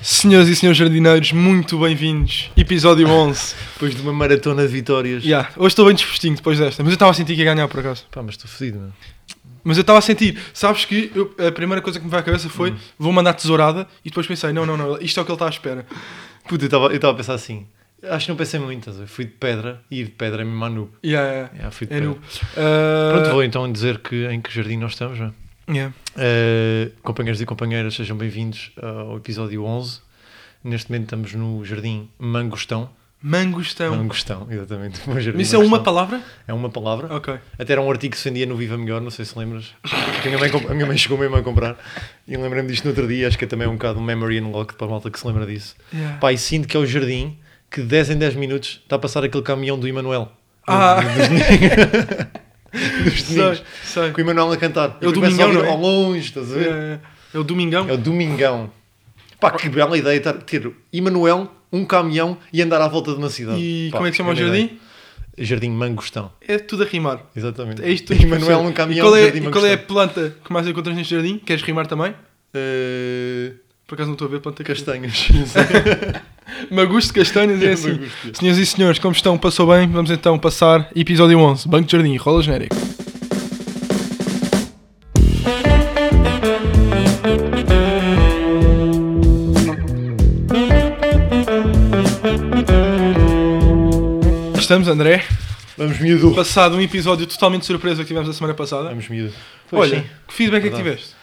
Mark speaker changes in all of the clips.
Speaker 1: Senhoras e senhores jardineiros, muito bem-vindos. Episódio 11.
Speaker 2: Depois de uma maratona de vitórias.
Speaker 1: Yeah, Hoje estou bem dispostinho depois desta, mas eu estava a sentir que ia ganhar por acaso.
Speaker 2: Pá, mas estou fedido, meu.
Speaker 1: Mas eu estava a sentir, sabes que eu- a primeira coisa que me veio à cabeça
Speaker 2: Uhum.
Speaker 1: foi vou mandar tesourada e depois pensei, não, não, não, isto é o que ele está à espera.
Speaker 2: Puta, eu estava eu estava a pensar assim. Acho que não pensei muito, estás a ver? Fui de pedra e ir de pedra é mesmo à nube.
Speaker 1: Yeah, yeah,
Speaker 2: Yeah, fui de
Speaker 1: é
Speaker 2: pedra.
Speaker 1: noob. Ah,
Speaker 2: Pronto, vou então dizer que, em que jardim nós estamos, não é?
Speaker 1: yeah.
Speaker 2: Eh, companheiros e companheiras, sejam bem-vindos ao episódio 11. Neste momento estamos no jardim Mangostão.
Speaker 1: Mangostão.
Speaker 2: Mangostão, exatamente. Um jardim
Speaker 1: Mas É um- isso é uma
Speaker 2: Mangostão.
Speaker 1: palavra? Ah.
Speaker 2: É uma palavra.
Speaker 1: Ok.
Speaker 2: Até era um artigo que se vendia no Viva Melhor, não sei se lembras. Que a, minha mãe, comp- a minha mãe chegou mesmo a comprar. E lembrei-me disto no outro dia. Acho que é também um bocado um memory unlocked para a malta que se lembra disso.
Speaker 1: Yeah.
Speaker 2: Pá, e sinto que é o jardim que de 10 em 10 minutos está a passar aquele caminhão do Emanuel.
Speaker 1: Ah.
Speaker 2: Dos
Speaker 1: sei,
Speaker 2: domingos.
Speaker 1: sei.
Speaker 2: Com o Emanuel a cantar.
Speaker 1: É o
Speaker 2: E começa a
Speaker 1: Domingão,
Speaker 2: ouvir
Speaker 1: não é?
Speaker 2: Ao longe, estás a ver?
Speaker 1: Yeah, yeah. É o Domingão?
Speaker 2: É o Domingão. Pá, que bela ideia estar- ter Emanuel, um caminhão e andar à volta de uma cidade.
Speaker 1: E
Speaker 2: Pá,
Speaker 1: como é que se chama o
Speaker 2: grande
Speaker 1: jardim?
Speaker 2: ideia. Jardim Mangostão.
Speaker 1: É tudo a rimar.
Speaker 2: Exatamente.
Speaker 1: É isto.
Speaker 2: Emanuel, um
Speaker 1: E
Speaker 2: caminhão,
Speaker 1: qual é,
Speaker 2: jardim
Speaker 1: e
Speaker 2: Mangostão.
Speaker 1: qual é a planta que mais encontras neste jardim? Queres rimar também?
Speaker 2: Eh,
Speaker 1: Por acaso não estou a ver planta que
Speaker 2: Castanhas.
Speaker 1: Magusto, castanhas, é assim.
Speaker 2: Magusto, yeah.
Speaker 1: Senhoras e senhores, como estão? Passou bem? Vamos então passar episódio 11, Banco de Jardim, rola genérico. Estamos, André.
Speaker 2: Vamos miúdo.
Speaker 1: Passado um episódio totalmente surpresa que tivemos a semana passada.
Speaker 2: Vamos miúdo. Pois
Speaker 1: Olha,
Speaker 2: sim.
Speaker 1: que feedback é que
Speaker 2: Verdade.
Speaker 1: tiveste?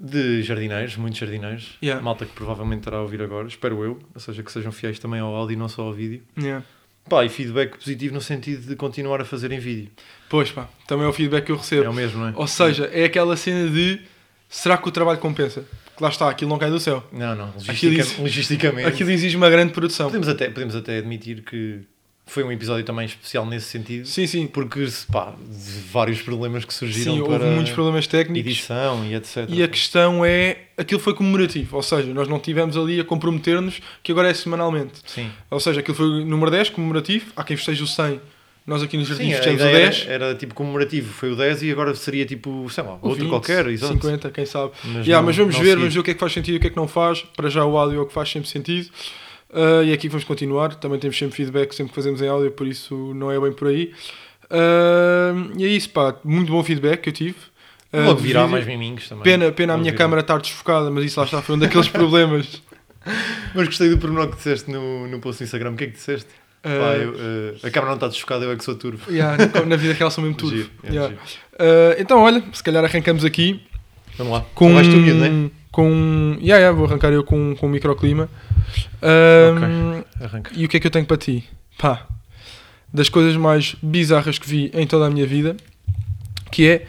Speaker 2: De jardineiros, muitos jardineiros.
Speaker 1: Yeah.
Speaker 2: Malta que provavelmente estará a ouvir agora, espero eu. Ou seja, que sejam fiéis também ao áudio e não só ao vídeo.
Speaker 1: Yeah.
Speaker 2: Pá, e feedback positivo no sentido de continuar a fazer em vídeo.
Speaker 1: Pois pá, também é o feedback que eu recebo.
Speaker 2: É o mesmo, não é?
Speaker 1: Ou seja, é aquela cena de será que o trabalho compensa? Porque lá está, aquilo não cai do céu.
Speaker 2: Não, não. Logistica-
Speaker 1: Aquilo isso-
Speaker 2: Logisticamente.
Speaker 1: Aquilo exige uma grande produção.
Speaker 2: Podemos, até, podemos até admitir que foi um episódio também especial nesse sentido.
Speaker 1: Sim, sim.
Speaker 2: Porque, se- pá, de vários problemas que surgiram
Speaker 1: Sim,
Speaker 2: para
Speaker 1: houve muitos problemas técnicos.
Speaker 2: edição e etc.
Speaker 1: E a questão é, aquilo foi comemorativo, ou seja, nós não tivemos ali a comprometer-nos que agora é semanalmente.
Speaker 2: Sim.
Speaker 1: Ou seja, aquilo foi o número 10, comemorativo, há quem festeja o 100, nós aqui nos
Speaker 2: Sim,
Speaker 1: jardins
Speaker 2: a
Speaker 1: festejamos o
Speaker 2: ideia
Speaker 1: 10,
Speaker 2: era, era tipo comemorativo, foi o 10 e agora seria tipo, sei lá,
Speaker 1: o
Speaker 2: outro
Speaker 1: 20,
Speaker 2: qualquer, exato.
Speaker 1: 50, quem sabe.
Speaker 2: Mas
Speaker 1: Mas,
Speaker 2: não-
Speaker 1: mas vamos
Speaker 2: não
Speaker 1: ver,
Speaker 2: se-
Speaker 1: vamos ver o que é que faz sentido e o que é que não faz. Para já o áudio é o que faz sempre sentido. Ah, e aqui vamos continuar. Também temos sempre feedback, sempre que fazemos em áudio, por isso não é bem por aí. Ah, e é isso, pá. Muito bom feedback que eu tive. Ah,
Speaker 2: Logo
Speaker 1: de
Speaker 2: virá
Speaker 1: vídeo.
Speaker 2: mais miminhos também.
Speaker 1: Pena, pena a
Speaker 2: Logo
Speaker 1: minha
Speaker 2: virá.
Speaker 1: câmara estar desfocada, mas isso lá está, foi um daqueles problemas.
Speaker 2: Mas gostei do pormenor que disseste no, no post do Instagram. O que é que disseste?
Speaker 1: Ah,
Speaker 2: Pá, eu, eh, a câmara não está desfocada, eu é que sou turvo.
Speaker 1: yeah, na- na vida real são mesmo tudo.
Speaker 2: Giro, é
Speaker 1: Yeah.
Speaker 2: giro.
Speaker 1: Ah, então, olha, se calhar arrancamos aqui.
Speaker 2: Vamos lá.
Speaker 1: com
Speaker 2: Então vais tu, miúdo, né?
Speaker 1: com yeah, yeah, vou arrancar eu com com um microclima Ah, Ahm,
Speaker 2: Arranca.
Speaker 1: e o que é que eu tenho para ti pá das coisas mais bizarras que vi em toda a minha vida que é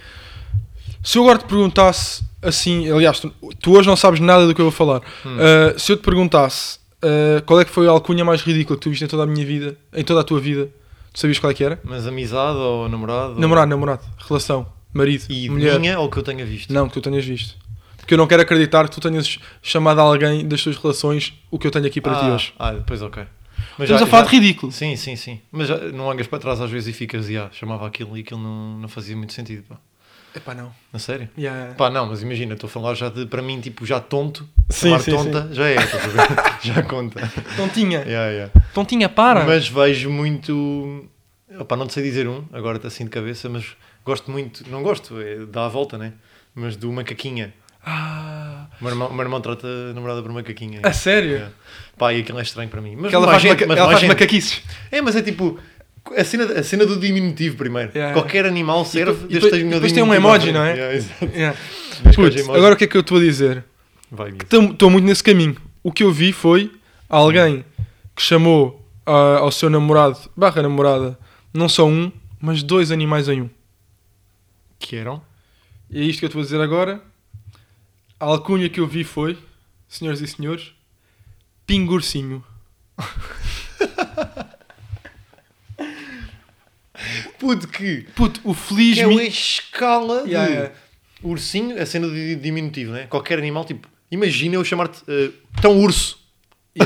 Speaker 1: se eu agora te perguntasse assim aliás tu, tu hoje não sabes nada do que eu vou falar
Speaker 2: Hum.
Speaker 1: Ah, se eu te perguntasse ah, qual é que foi a alcunha mais ridícula que tu viste em toda a minha vida em toda a tua vida tu sabias qual é que era
Speaker 2: Mas amizade ou namorado? ou-
Speaker 1: namorado namorado relação marido
Speaker 2: Hum. E de
Speaker 1: mulher
Speaker 2: minha ou que eu tenha visto?
Speaker 1: não, que tu tenhas visto. Porque eu não quero acreditar que tu tenhas chamado a alguém das tuas relações o que eu tenho aqui para ti
Speaker 2: ah,
Speaker 1: hoje.
Speaker 2: Ah, depois ok. Mas
Speaker 1: Estamos a
Speaker 2: já-
Speaker 1: falar
Speaker 2: já-
Speaker 1: de ridículo.
Speaker 2: Sim, sim, sim. Mas já, não angas para trás às vezes e ficas, e ah, chamava aquilo e aquilo não, não fazia muito sentido, pá.
Speaker 1: Epá, não.
Speaker 2: Na sério?
Speaker 1: Yeah.
Speaker 2: Pá, não, mas imagina, estou a falar já de, para mim, tipo, já tonto,
Speaker 1: Sim,
Speaker 2: chamar
Speaker 1: sim,
Speaker 2: tonta, já é, estás a ver? já conta.
Speaker 1: Tontinha.
Speaker 2: Yeah, yeah.
Speaker 1: Tontinha, para.
Speaker 2: Mas vejo muito, opá, não te sei dizer um, agora está assim de cabeça, mas gosto muito, não gosto, é, dá a volta, né? Mas do macaquinha.
Speaker 1: Ah,
Speaker 2: O meu irmão, o meu irmão trata a namorada por macaquinha.
Speaker 1: a É sério?
Speaker 2: Yeah. Pá, e aquilo é estranho para mim. Mas
Speaker 1: Que ela
Speaker 2: não há
Speaker 1: faz,
Speaker 2: gente,
Speaker 1: maca-
Speaker 2: mas
Speaker 1: ela
Speaker 2: não há
Speaker 1: faz
Speaker 2: gente.
Speaker 1: macaquices.
Speaker 2: É, mas é tipo, a cena, a cena do diminutivo primeiro.
Speaker 1: Yeah, yeah.
Speaker 2: Qualquer animal serve,
Speaker 1: depois-
Speaker 2: desde que
Speaker 1: e
Speaker 2: tenha o
Speaker 1: depois tem um
Speaker 2: diminutivo à
Speaker 1: emoji,
Speaker 2: frente.
Speaker 1: não é?
Speaker 2: Yeah, exato.
Speaker 1: Yeah.
Speaker 2: Desde que
Speaker 1: Putz,
Speaker 2: haja emoji.
Speaker 1: agora o que é que eu estou a dizer?
Speaker 2: Vai, Guido.
Speaker 1: Estou muito nesse caminho. O que eu vi foi alguém que chamou ah, ao seu namorado, barra namorada, não só um, mas dois animais em um.
Speaker 2: Que eram?
Speaker 1: E é isto que eu te vou dizer agora. A alcunha que eu vi foi, senhoras e senhores, pingurcinho.
Speaker 2: Puto que...
Speaker 1: Puto, o
Speaker 2: Que
Speaker 1: feliz...
Speaker 2: é
Speaker 1: mi-
Speaker 2: uma escala de...
Speaker 1: Yeah, yeah.
Speaker 2: Ursinho, a cena de diminutivo, né? Qualquer animal, tipo, imagina eu chamar-te eh, tão urso.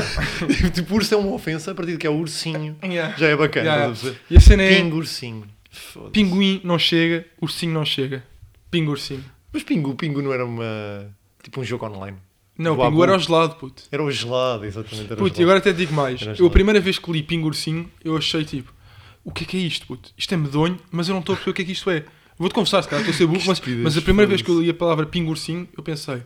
Speaker 2: tipo, urso é uma ofensa, a partir de que é ursinho.
Speaker 1: Yeah.
Speaker 2: Já é bacana,
Speaker 1: Yeah.
Speaker 2: estás a perceber?
Speaker 1: E a cena é,
Speaker 2: Pingo, ursinho. Foda-se.
Speaker 1: pinguim não chega, ursinho não chega. Pingurcinho.
Speaker 2: Mas pingo, pingo não era uma... Tipo um jogo online.
Speaker 1: Não,
Speaker 2: Do
Speaker 1: o pingu era
Speaker 2: Abu.
Speaker 1: o gelado, puto.
Speaker 2: Era o gelado, exatamente. Era o
Speaker 1: Puto, e
Speaker 2: gelado.
Speaker 1: agora até digo mais.
Speaker 2: Era
Speaker 1: Eu, a
Speaker 2: gelado.
Speaker 1: primeira vez que li pingurcinho, eu achei tipo, o que é que é isto, puto? Isto é medonho, mas eu não estou a perceber o que é que isto é. Vou-te confessar, se calhar estou a ser burro,
Speaker 2: Que
Speaker 1: mas,
Speaker 2: estupidez,
Speaker 1: mas a primeira vez que eu
Speaker 2: foda-se.
Speaker 1: li a palavra pingurcinho, eu pensei,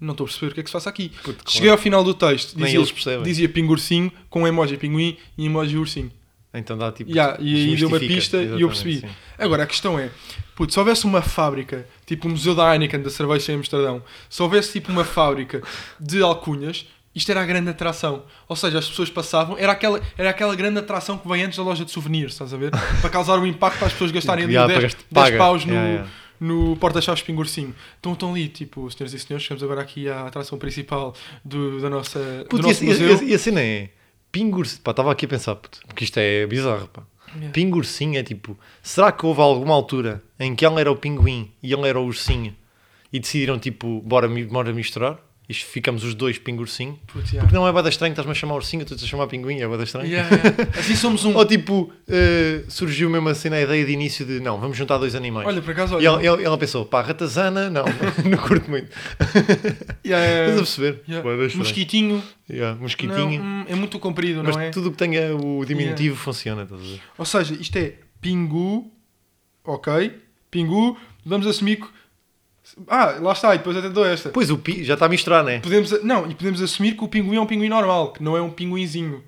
Speaker 1: não estou a perceber o que é que se passa aqui.
Speaker 2: Puto,
Speaker 1: Cheguei ao final do texto,
Speaker 2: Nem
Speaker 1: dizia,
Speaker 2: eles percebem.
Speaker 1: dizia pingurcinho com emoji pinguim e emoji ursinho.
Speaker 2: Então dá tipo.
Speaker 1: Ya, e aí deu uma
Speaker 2: desmistifica,
Speaker 1: pista e eu percebi.
Speaker 2: exatamente, sim.
Speaker 1: Agora, a questão é, puto, se houvesse uma fábrica, tipo o Museu da Heineken da cerveja em Amsterdão, se houvesse tipo uma fábrica de alcunhas, isto era a grande atração. Ou seja, as pessoas passavam, era aquela, era aquela grande atração que vem antes da loja de souvenirs, estás a ver? Para causar um impacto para as pessoas gastarem ali
Speaker 2: Ya,
Speaker 1: 10,
Speaker 2: pagaste-
Speaker 1: 10
Speaker 2: paga.
Speaker 1: paus no,
Speaker 2: Ya, ya.
Speaker 1: no porta-chaves pingurcinho. Então estão ali, tipo, senhoras e senhores, chegamos agora aqui à atração principal do, da nossa, do
Speaker 2: Puto, e,
Speaker 1: nosso
Speaker 2: a-
Speaker 1: museu.
Speaker 2: e, a- e a cena é. Pingursinho. Pá, estava aqui a pensar, puto, porque isto é bizarro, pá.
Speaker 1: Ya.
Speaker 2: Pingursinho é tipo. Será que houve alguma altura em que ele era o pinguim e ele era o ursinho e decidiram tipo, bora, mi- bora misturar? E ficamos os dois pingursinho?
Speaker 1: Puto, ya.
Speaker 2: Porque não é bada estranho, estás-me a chamar ursinho, tu estás a chamar pinguim, é bada estranho.
Speaker 1: Ya, ya. Assim somos um.
Speaker 2: Ou tipo, eh, surgiu mesmo assim na ideia de início de não, vamos juntar dois animais.
Speaker 1: Olha, por acaso,
Speaker 2: e
Speaker 1: olha.
Speaker 2: ela, ela- ela pensou, pá, ratazana, não, não curto muito.
Speaker 1: Ya, ya, ya.
Speaker 2: Estás a perceber?
Speaker 1: É. Yeah.
Speaker 2: Bué da estranho.
Speaker 1: Mosquitinho.
Speaker 2: Yeah, mosquitinho.
Speaker 1: Não, hum, é muito comprido,
Speaker 2: mas
Speaker 1: não é?
Speaker 2: tudo o que tenha o diminutivo funciona, estás a ver?
Speaker 1: Ou seja, isto é pingu, ok? Pingu, vamos assumir que. Ah, lá está, e depois até dou esta.
Speaker 2: Pois o pi já está a misturar, né?
Speaker 1: Podemos, a- não, e podemos assumir que o pinguim é um pinguim normal, que não é um pinguinzinho.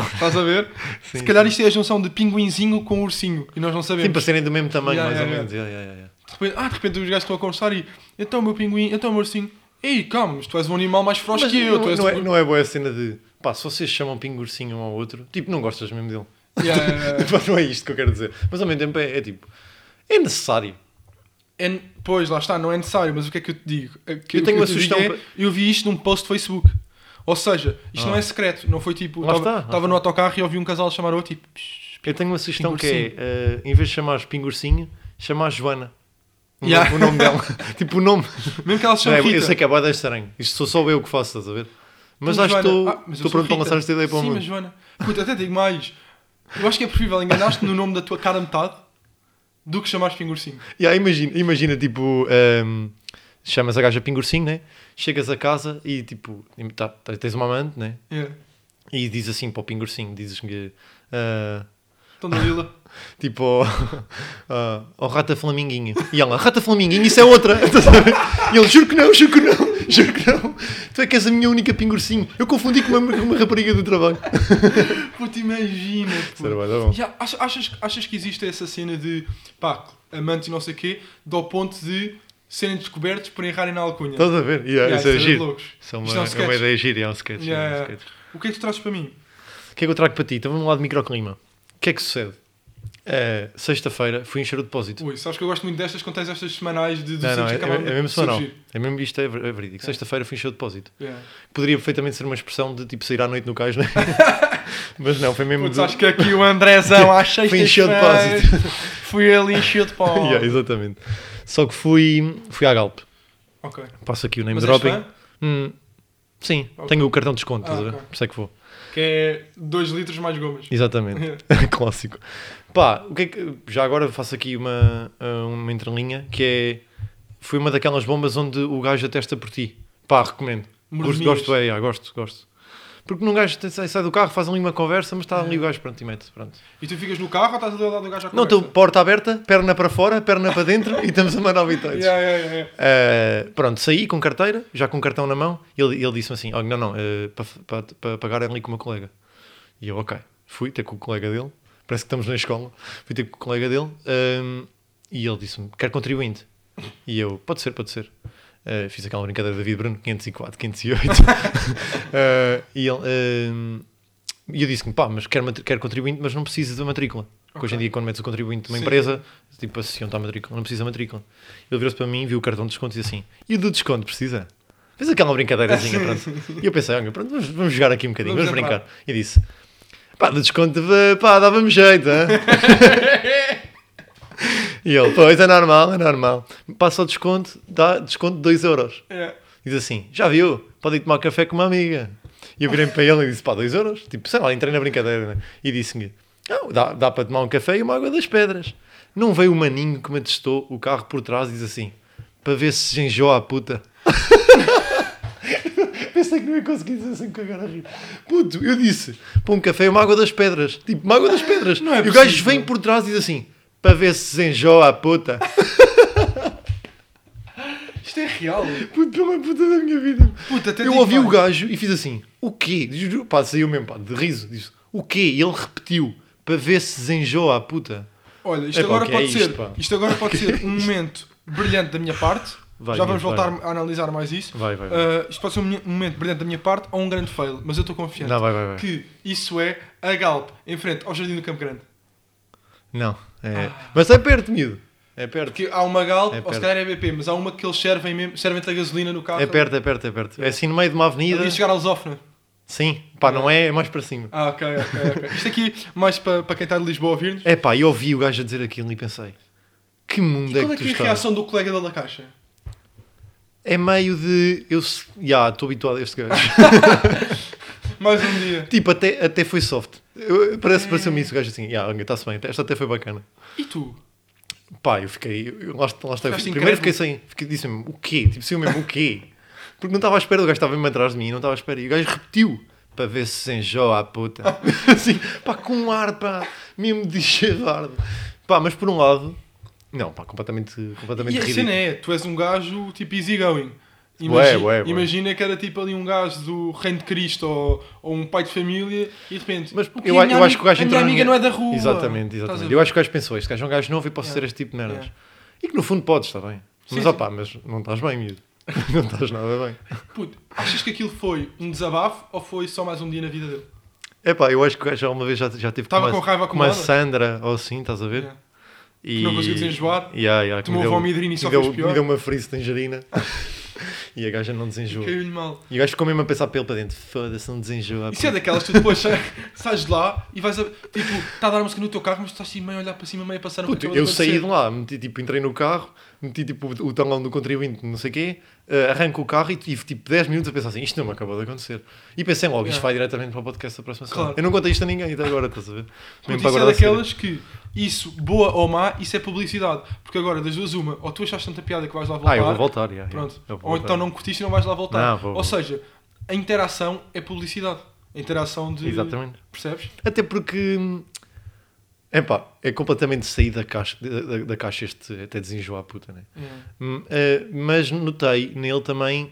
Speaker 1: Estás a ver?
Speaker 2: Sim,
Speaker 1: Se calhar isto é a junção de pinguinzinho com ursinho, e nós não
Speaker 2: Sim,
Speaker 1: sabemos.
Speaker 2: para serem do mesmo tamanho,
Speaker 1: Yeah,
Speaker 2: mais
Speaker 1: yeah,
Speaker 2: ou menos. Yeah, yeah, yeah.
Speaker 1: De repente, ah, de repente os gajos estão a conversar e. Então, meu pinguim, então, meu ursinho. Ei, calma, mas tu és um animal mais feroz
Speaker 2: Mas
Speaker 1: que eu.
Speaker 2: não,
Speaker 1: tu és
Speaker 2: não
Speaker 1: um-
Speaker 2: é, não é boa a cena de pá, se vocês chamam pingursinho um ao outro, tipo, não gostas mesmo dele.
Speaker 1: Yeah, yeah, yeah.
Speaker 2: Pá, não é isto que eu quero dizer. Mas ao mesmo tempo é, é tipo, é necessário.
Speaker 1: É- pois, lá está, não é necessário, mas o que é que eu te digo? É que-
Speaker 2: Eu
Speaker 1: o
Speaker 2: tenho
Speaker 1: que
Speaker 2: uma
Speaker 1: te
Speaker 2: sugestão
Speaker 1: digo
Speaker 2: para-
Speaker 1: Eu vi isto num post do Facebook. Ou seja, isto
Speaker 2: Ah.
Speaker 1: não é secreto, não foi tipo.
Speaker 2: Lá está, lá
Speaker 1: Estava
Speaker 2: está.
Speaker 1: no autocarro e ouvi um casal chamar outro tipo.
Speaker 2: Eu tenho uma sugestão que é, eh, em vez de chamares pingursinho, chamar Joana. O,
Speaker 1: Yeah.
Speaker 2: nome, o nome dela. tipo, o nome.
Speaker 1: Mesmo que ela se
Speaker 2: Não
Speaker 1: chame
Speaker 2: é,
Speaker 1: Rita.
Speaker 2: eu sei que é boa estranho. Isto sou só eu que faço, estás a ver? Mas
Speaker 1: Então,
Speaker 2: acho que
Speaker 1: Joana-
Speaker 2: estou
Speaker 1: Ah, mas eu sou
Speaker 2: estou pronto para
Speaker 1: Rita.
Speaker 2: lançar esta ideia para o
Speaker 1: Sim,
Speaker 2: mundo.
Speaker 1: mas Joana. Puta, até digo mais. Eu acho que é preferível enganaste no nome da tua cara metade do que chamares pingurcinho.
Speaker 2: Yeah, imagina, imagina, tipo, ehm, chamas a gaja pingurcinho, né? Chegas a casa e, tipo, e tá- tá- tens uma amante, né?
Speaker 1: Yeah.
Speaker 2: E diz assim para o pingurcinho, dizes que... ah,
Speaker 1: Então, Dalila.
Speaker 2: tipo, ao rata flaminguinho. E ela, rata flaminguinho, isso é outra. Estás a ver? E ele, juro que não, juro que não, juro que não. Tu é que és a minha única pingurcinho. Eu confundi com uma, com uma rapariga do trabalho.
Speaker 1: Puta, imagina. puto.
Speaker 2: Será bué da bom.
Speaker 1: Já, ach- achas, achas que existe essa cena de pá, amantes e não sei o quê, do ponto de serem descobertos por errarem na alcunha?
Speaker 2: Estás a ver? Yeah,
Speaker 1: Yeah,
Speaker 2: isso é
Speaker 1: isso é
Speaker 2: giro.
Speaker 1: loucos.
Speaker 2: Isso é uma,
Speaker 1: Isto é um
Speaker 2: é
Speaker 1: sketch.
Speaker 2: uma ideia gira, é um sketch.
Speaker 1: Yeah,
Speaker 2: é um
Speaker 1: yeah.
Speaker 2: sketch.
Speaker 1: O que é que tu trazes para mim?
Speaker 2: O que é que eu trago para ti? Então vamos lá de microclima. O que é que sucede? Eh, Sexta-feira fui encher o depósito.
Speaker 1: Ui, sabes que eu gosto muito destas, quando tens estas semanais de, de
Speaker 2: não, não, é,
Speaker 1: que acabam
Speaker 2: é, é
Speaker 1: de
Speaker 2: mesmo só não.
Speaker 1: surgir.
Speaker 2: É mesmo isto, é ver- é verídico. Sexta-feira fui encher o depósito.
Speaker 1: Yeah.
Speaker 2: Poderia perfeitamente ser uma expressão de tipo sair à noite no cais, não é? Mas não, foi mesmo.
Speaker 1: Putz,
Speaker 2: de-
Speaker 1: acho é que aqui o Andrezão às
Speaker 2: Fui encher o
Speaker 1: sextas-feiras fui ali e encheu de pó.
Speaker 2: Yeah, exatamente. Só que fui, fui à Galp.
Speaker 1: Ok.
Speaker 2: Passo aqui o name
Speaker 1: Mas és
Speaker 2: dropping.
Speaker 1: fã?
Speaker 2: Hum, sim,
Speaker 1: Ok.
Speaker 2: tenho o cartão de desconto,
Speaker 1: Ah,
Speaker 2: estás a ver?
Speaker 1: ok.
Speaker 2: Por isso é que vou.
Speaker 1: Que é 2 litros mais gomas.
Speaker 2: Exatamente.
Speaker 1: Yeah.
Speaker 2: Clássico. Pá, o que é que, já agora faço aqui uma, ah, uma entrelinha que é. Foi uma daquelas bombas onde o gajo atesta por ti. Pá, recomendo. Gosto,
Speaker 1: Mordomias.
Speaker 2: gosto, é, é, gosto, gosto. Porque num gajo tem- sai, sai do carro, faz ali uma conversa, mas está ali o gajo, pronto, e mete. Pronto.
Speaker 1: E tu ficas no carro ou estás ali ao lado do gajo à
Speaker 2: Não,
Speaker 1: conversa?
Speaker 2: estou porta aberta, perna para fora, perna para dentro e estamos a mandar habitantes.
Speaker 1: Yeah, yeah, yeah, yeah.
Speaker 2: Uh, pronto, saí com carteira, já com cartão na mão, e ele, ele disse-me assim: "Olha, não, não, uh, para pa, pa pagar é ali com o meu colega. E eu, ok, fui ter com o colega dele, parece que estamos na escola, fui ter com o colega dele, um, e ele disse-me: quer contribuinte? E eu, pode ser, pode ser. Uh, fiz aquela brincadeira da David Bruno, 504, 508. Uh, e ele, um, e eu disse-me: pá, mas quero, matri- quero contribuinte, mas não precisa da matrícula. Porque Hoje em
Speaker 1: Ok.
Speaker 2: dia, quando metes o contribuinte de uma
Speaker 1: Sim.
Speaker 2: empresa, tipo, associam-te à matrícula, não precisa da matrícula. Ele virou-se para mim, viu o cartão de desconto e disse assim: E o do desconto precisa? Fez aquela brincadeirazinha, pronto. E eu pensei: olha, pronto, vamos, vamos jogar aqui um bocadinho,
Speaker 1: Vamos
Speaker 2: vamos,
Speaker 1: entrar.
Speaker 2: brincar. E disse: Pá, do desconto, pá, dava-me jeito, hã? E ele: Pois é normal, é normal. Passa o desconto, dá desconto de 2 euros.
Speaker 1: Yeah.
Speaker 2: Diz assim: Já viu? Pode ir tomar café com uma amiga. E eu virei para ele e disse: Pá, 2 euros? Tipo, sei lá, entrei na brincadeira, né? E disse-me: Não, dá, dá para tomar um café e uma água das pedras. Não veio o maninho que me testou o carro por trás e diz assim: Para ver se se enjoa a puta. Pensei que não ia conseguir dizer sem me cagar a rir. Puto, eu disse, para um café, uma água das pedras. Tipo, uma água das pedras.
Speaker 1: Não é
Speaker 2: e o
Speaker 1: possível.
Speaker 2: gajo vem por trás e diz assim, para ver se se enjoa a puta.
Speaker 1: Isto é real.
Speaker 2: Puto, pela puta da é minha vida.
Speaker 1: Puta, até
Speaker 2: eu
Speaker 1: digo
Speaker 2: ouvi o
Speaker 1: mais.
Speaker 2: gajo e fiz assim, o quê? Diz- Pá, saiu mesmo, pá, de riso. Disse, o quê? E ele repetiu, para ver se se enjoa a puta.
Speaker 1: Olha, isto
Speaker 2: Epá,
Speaker 1: agora
Speaker 2: o que é
Speaker 1: pode
Speaker 2: isto,
Speaker 1: ser.
Speaker 2: pá?
Speaker 1: Isto, agora pode ser um momento brilhante da minha parte.
Speaker 2: Vai,
Speaker 1: Já vamos
Speaker 2: vai.
Speaker 1: voltar a analisar mais isso.
Speaker 2: Vai, vai, vai.
Speaker 1: Ah, isto pode ser um minha- um momento brilhante da minha parte ou um grande fail, mas eu estou confiante
Speaker 2: Não, vai, vai, vai.
Speaker 1: que isso é a Galp em frente ao Jardim do Campo Grande.
Speaker 2: Não, é... Mas é perto, miúdo. É perto.
Speaker 1: Porque há uma Galp,
Speaker 2: É
Speaker 1: ou se
Speaker 2: perto.
Speaker 1: calhar é BP, mas há uma que eles servem mesmo, servem-te a gasolina no carro.
Speaker 2: É perto, é perto, é perto. É assim no meio de uma avenida.
Speaker 1: Ali a chegar à Lusófona.
Speaker 2: Sim, pá, não é, é mais para cima.
Speaker 1: Ah, ok, ok, ok. Isto aqui, mais para, para quem está de Lisboa a ouvir-nos.
Speaker 2: É pá, eu ouvi o gajo a dizer aquilo e pensei: que mundo
Speaker 1: Qual
Speaker 2: é
Speaker 1: é que
Speaker 2: que tu
Speaker 1: é a
Speaker 2: estás?
Speaker 1: reação do colega da La Caixa?
Speaker 2: É meio de. Eu. se- Ya, estou habituado a este gajo.
Speaker 1: Mais um dia.
Speaker 2: tipo, até, até foi soft. Eu- Parece, pareceu-me isso, o gajo assim: ya, olha, está-se bem, esta até foi bacana.
Speaker 1: E tu?
Speaker 2: Pá, eu fiquei. Eu, eu- lá, está- lá está, eu
Speaker 1: Ficaste
Speaker 2: fiquei- primeiro
Speaker 1: incrédulo.
Speaker 2: fiquei sem. Fiquei, disse-me: o quê? Tipo, saiu mesmo o quê? Porque não estava à espera, o gajo estava mesmo atrás de mim, não estava à espera. E o gajo repetiu: para ver se se enjoa a puta. assim, pá, com um ar, pá, mesmo de chevardo. Pá, mas por um lado. Não, pá, completamente, completamente
Speaker 1: E a
Speaker 2: ridículo.
Speaker 1: cena é, tu és um gajo tipo easygoing.
Speaker 2: Ué,
Speaker 1: Imagina,
Speaker 2: ué, ué.
Speaker 1: imagina que era tipo ali um gajo do Reino de Cristo ou, ou um pai de família e de repente.
Speaker 2: Mas
Speaker 1: "Porque
Speaker 2: eu,
Speaker 1: a
Speaker 2: a-
Speaker 1: minha
Speaker 2: eu acho que o
Speaker 1: ami-
Speaker 2: gajo
Speaker 1: A
Speaker 2: entrou
Speaker 1: minha
Speaker 2: na
Speaker 1: amiga
Speaker 2: minha-
Speaker 1: não é da rua. Estás
Speaker 2: Exatamente,
Speaker 1: a
Speaker 2: exatamente.
Speaker 1: ver?
Speaker 2: Eu acho que o gajo pensou: este gajo é um gajo novo e posso
Speaker 1: Yeah.
Speaker 2: ser este tipo de merdas.
Speaker 1: Yeah.
Speaker 2: E que no fundo podes, está bem.
Speaker 1: Sim,
Speaker 2: mas
Speaker 1: sim.
Speaker 2: opá, mas não estás bem, miúdo. não estás nada bem.
Speaker 1: Puto, achas que aquilo foi um desabafo ou foi só mais um dia na vida dele?
Speaker 2: É pá, eu acho que o gajo já uma vez já, já teve
Speaker 1: Estava
Speaker 2: uma,
Speaker 1: com raiva
Speaker 2: com uma
Speaker 1: acumulada?
Speaker 2: Sandra ou assim, estás a ver?
Speaker 1: Yeah.
Speaker 2: E...
Speaker 1: Que não conseguiu desenjoar.
Speaker 2: Yeah, yeah, que me
Speaker 1: Tomou
Speaker 2: deu-
Speaker 1: Valmidrina e
Speaker 2: me
Speaker 1: só
Speaker 2: deu,
Speaker 1: fez pior.
Speaker 2: Me deu uma frise de tangerina. e a gaja não desenjoa.
Speaker 1: Caiu-lhe mal.
Speaker 2: E o gajo ficou mesmo a pensar pelo para dentro: foda-se, não desenjoa.
Speaker 1: Isso é daquelas que tu depois sa- sais de lá e vais a. Tipo, está a dar música no teu carro, mas tu estás assim meio a olhar para cima, meio a passar no
Speaker 2: Puto, eu saí de lá, meti, tipo, entrei no carro, meti tipo, o talão do contribuinte, não sei o quê, eh, arranco o carro e tive tipo 10 minutos a pensar assim: isto não me acabou de acontecer. E pensei logo: isto
Speaker 1: Yeah.
Speaker 2: vai diretamente para o podcast da próxima semana.
Speaker 1: Claro.
Speaker 2: Eu não contei isto a ninguém até agora, estás a ver?
Speaker 1: Puto,
Speaker 2: para
Speaker 1: isso é
Speaker 2: guardar a segredo.
Speaker 1: daquelas que, isso, boa ou má, isso é publicidade. Porque agora, das duas, uma, ou tu achas tanta piada que vais lá voltar.
Speaker 2: Ah, eu vou voltar, yeah, yeah.
Speaker 1: Pronto.
Speaker 2: Eu vou
Speaker 1: ou
Speaker 2: voltar.
Speaker 1: então não curtiste e não vais lá voltar.
Speaker 2: Não, vou,
Speaker 1: ou
Speaker 2: vou.
Speaker 1: seja, a interação é publicidade. A interação de.
Speaker 2: Exatamente.
Speaker 1: Percebes?
Speaker 2: Até porque. hum, Epá, é completamente sair da caixa, da, da- da caixa este até desenjoar a puta, né? Hum, eh, mas notei nele também.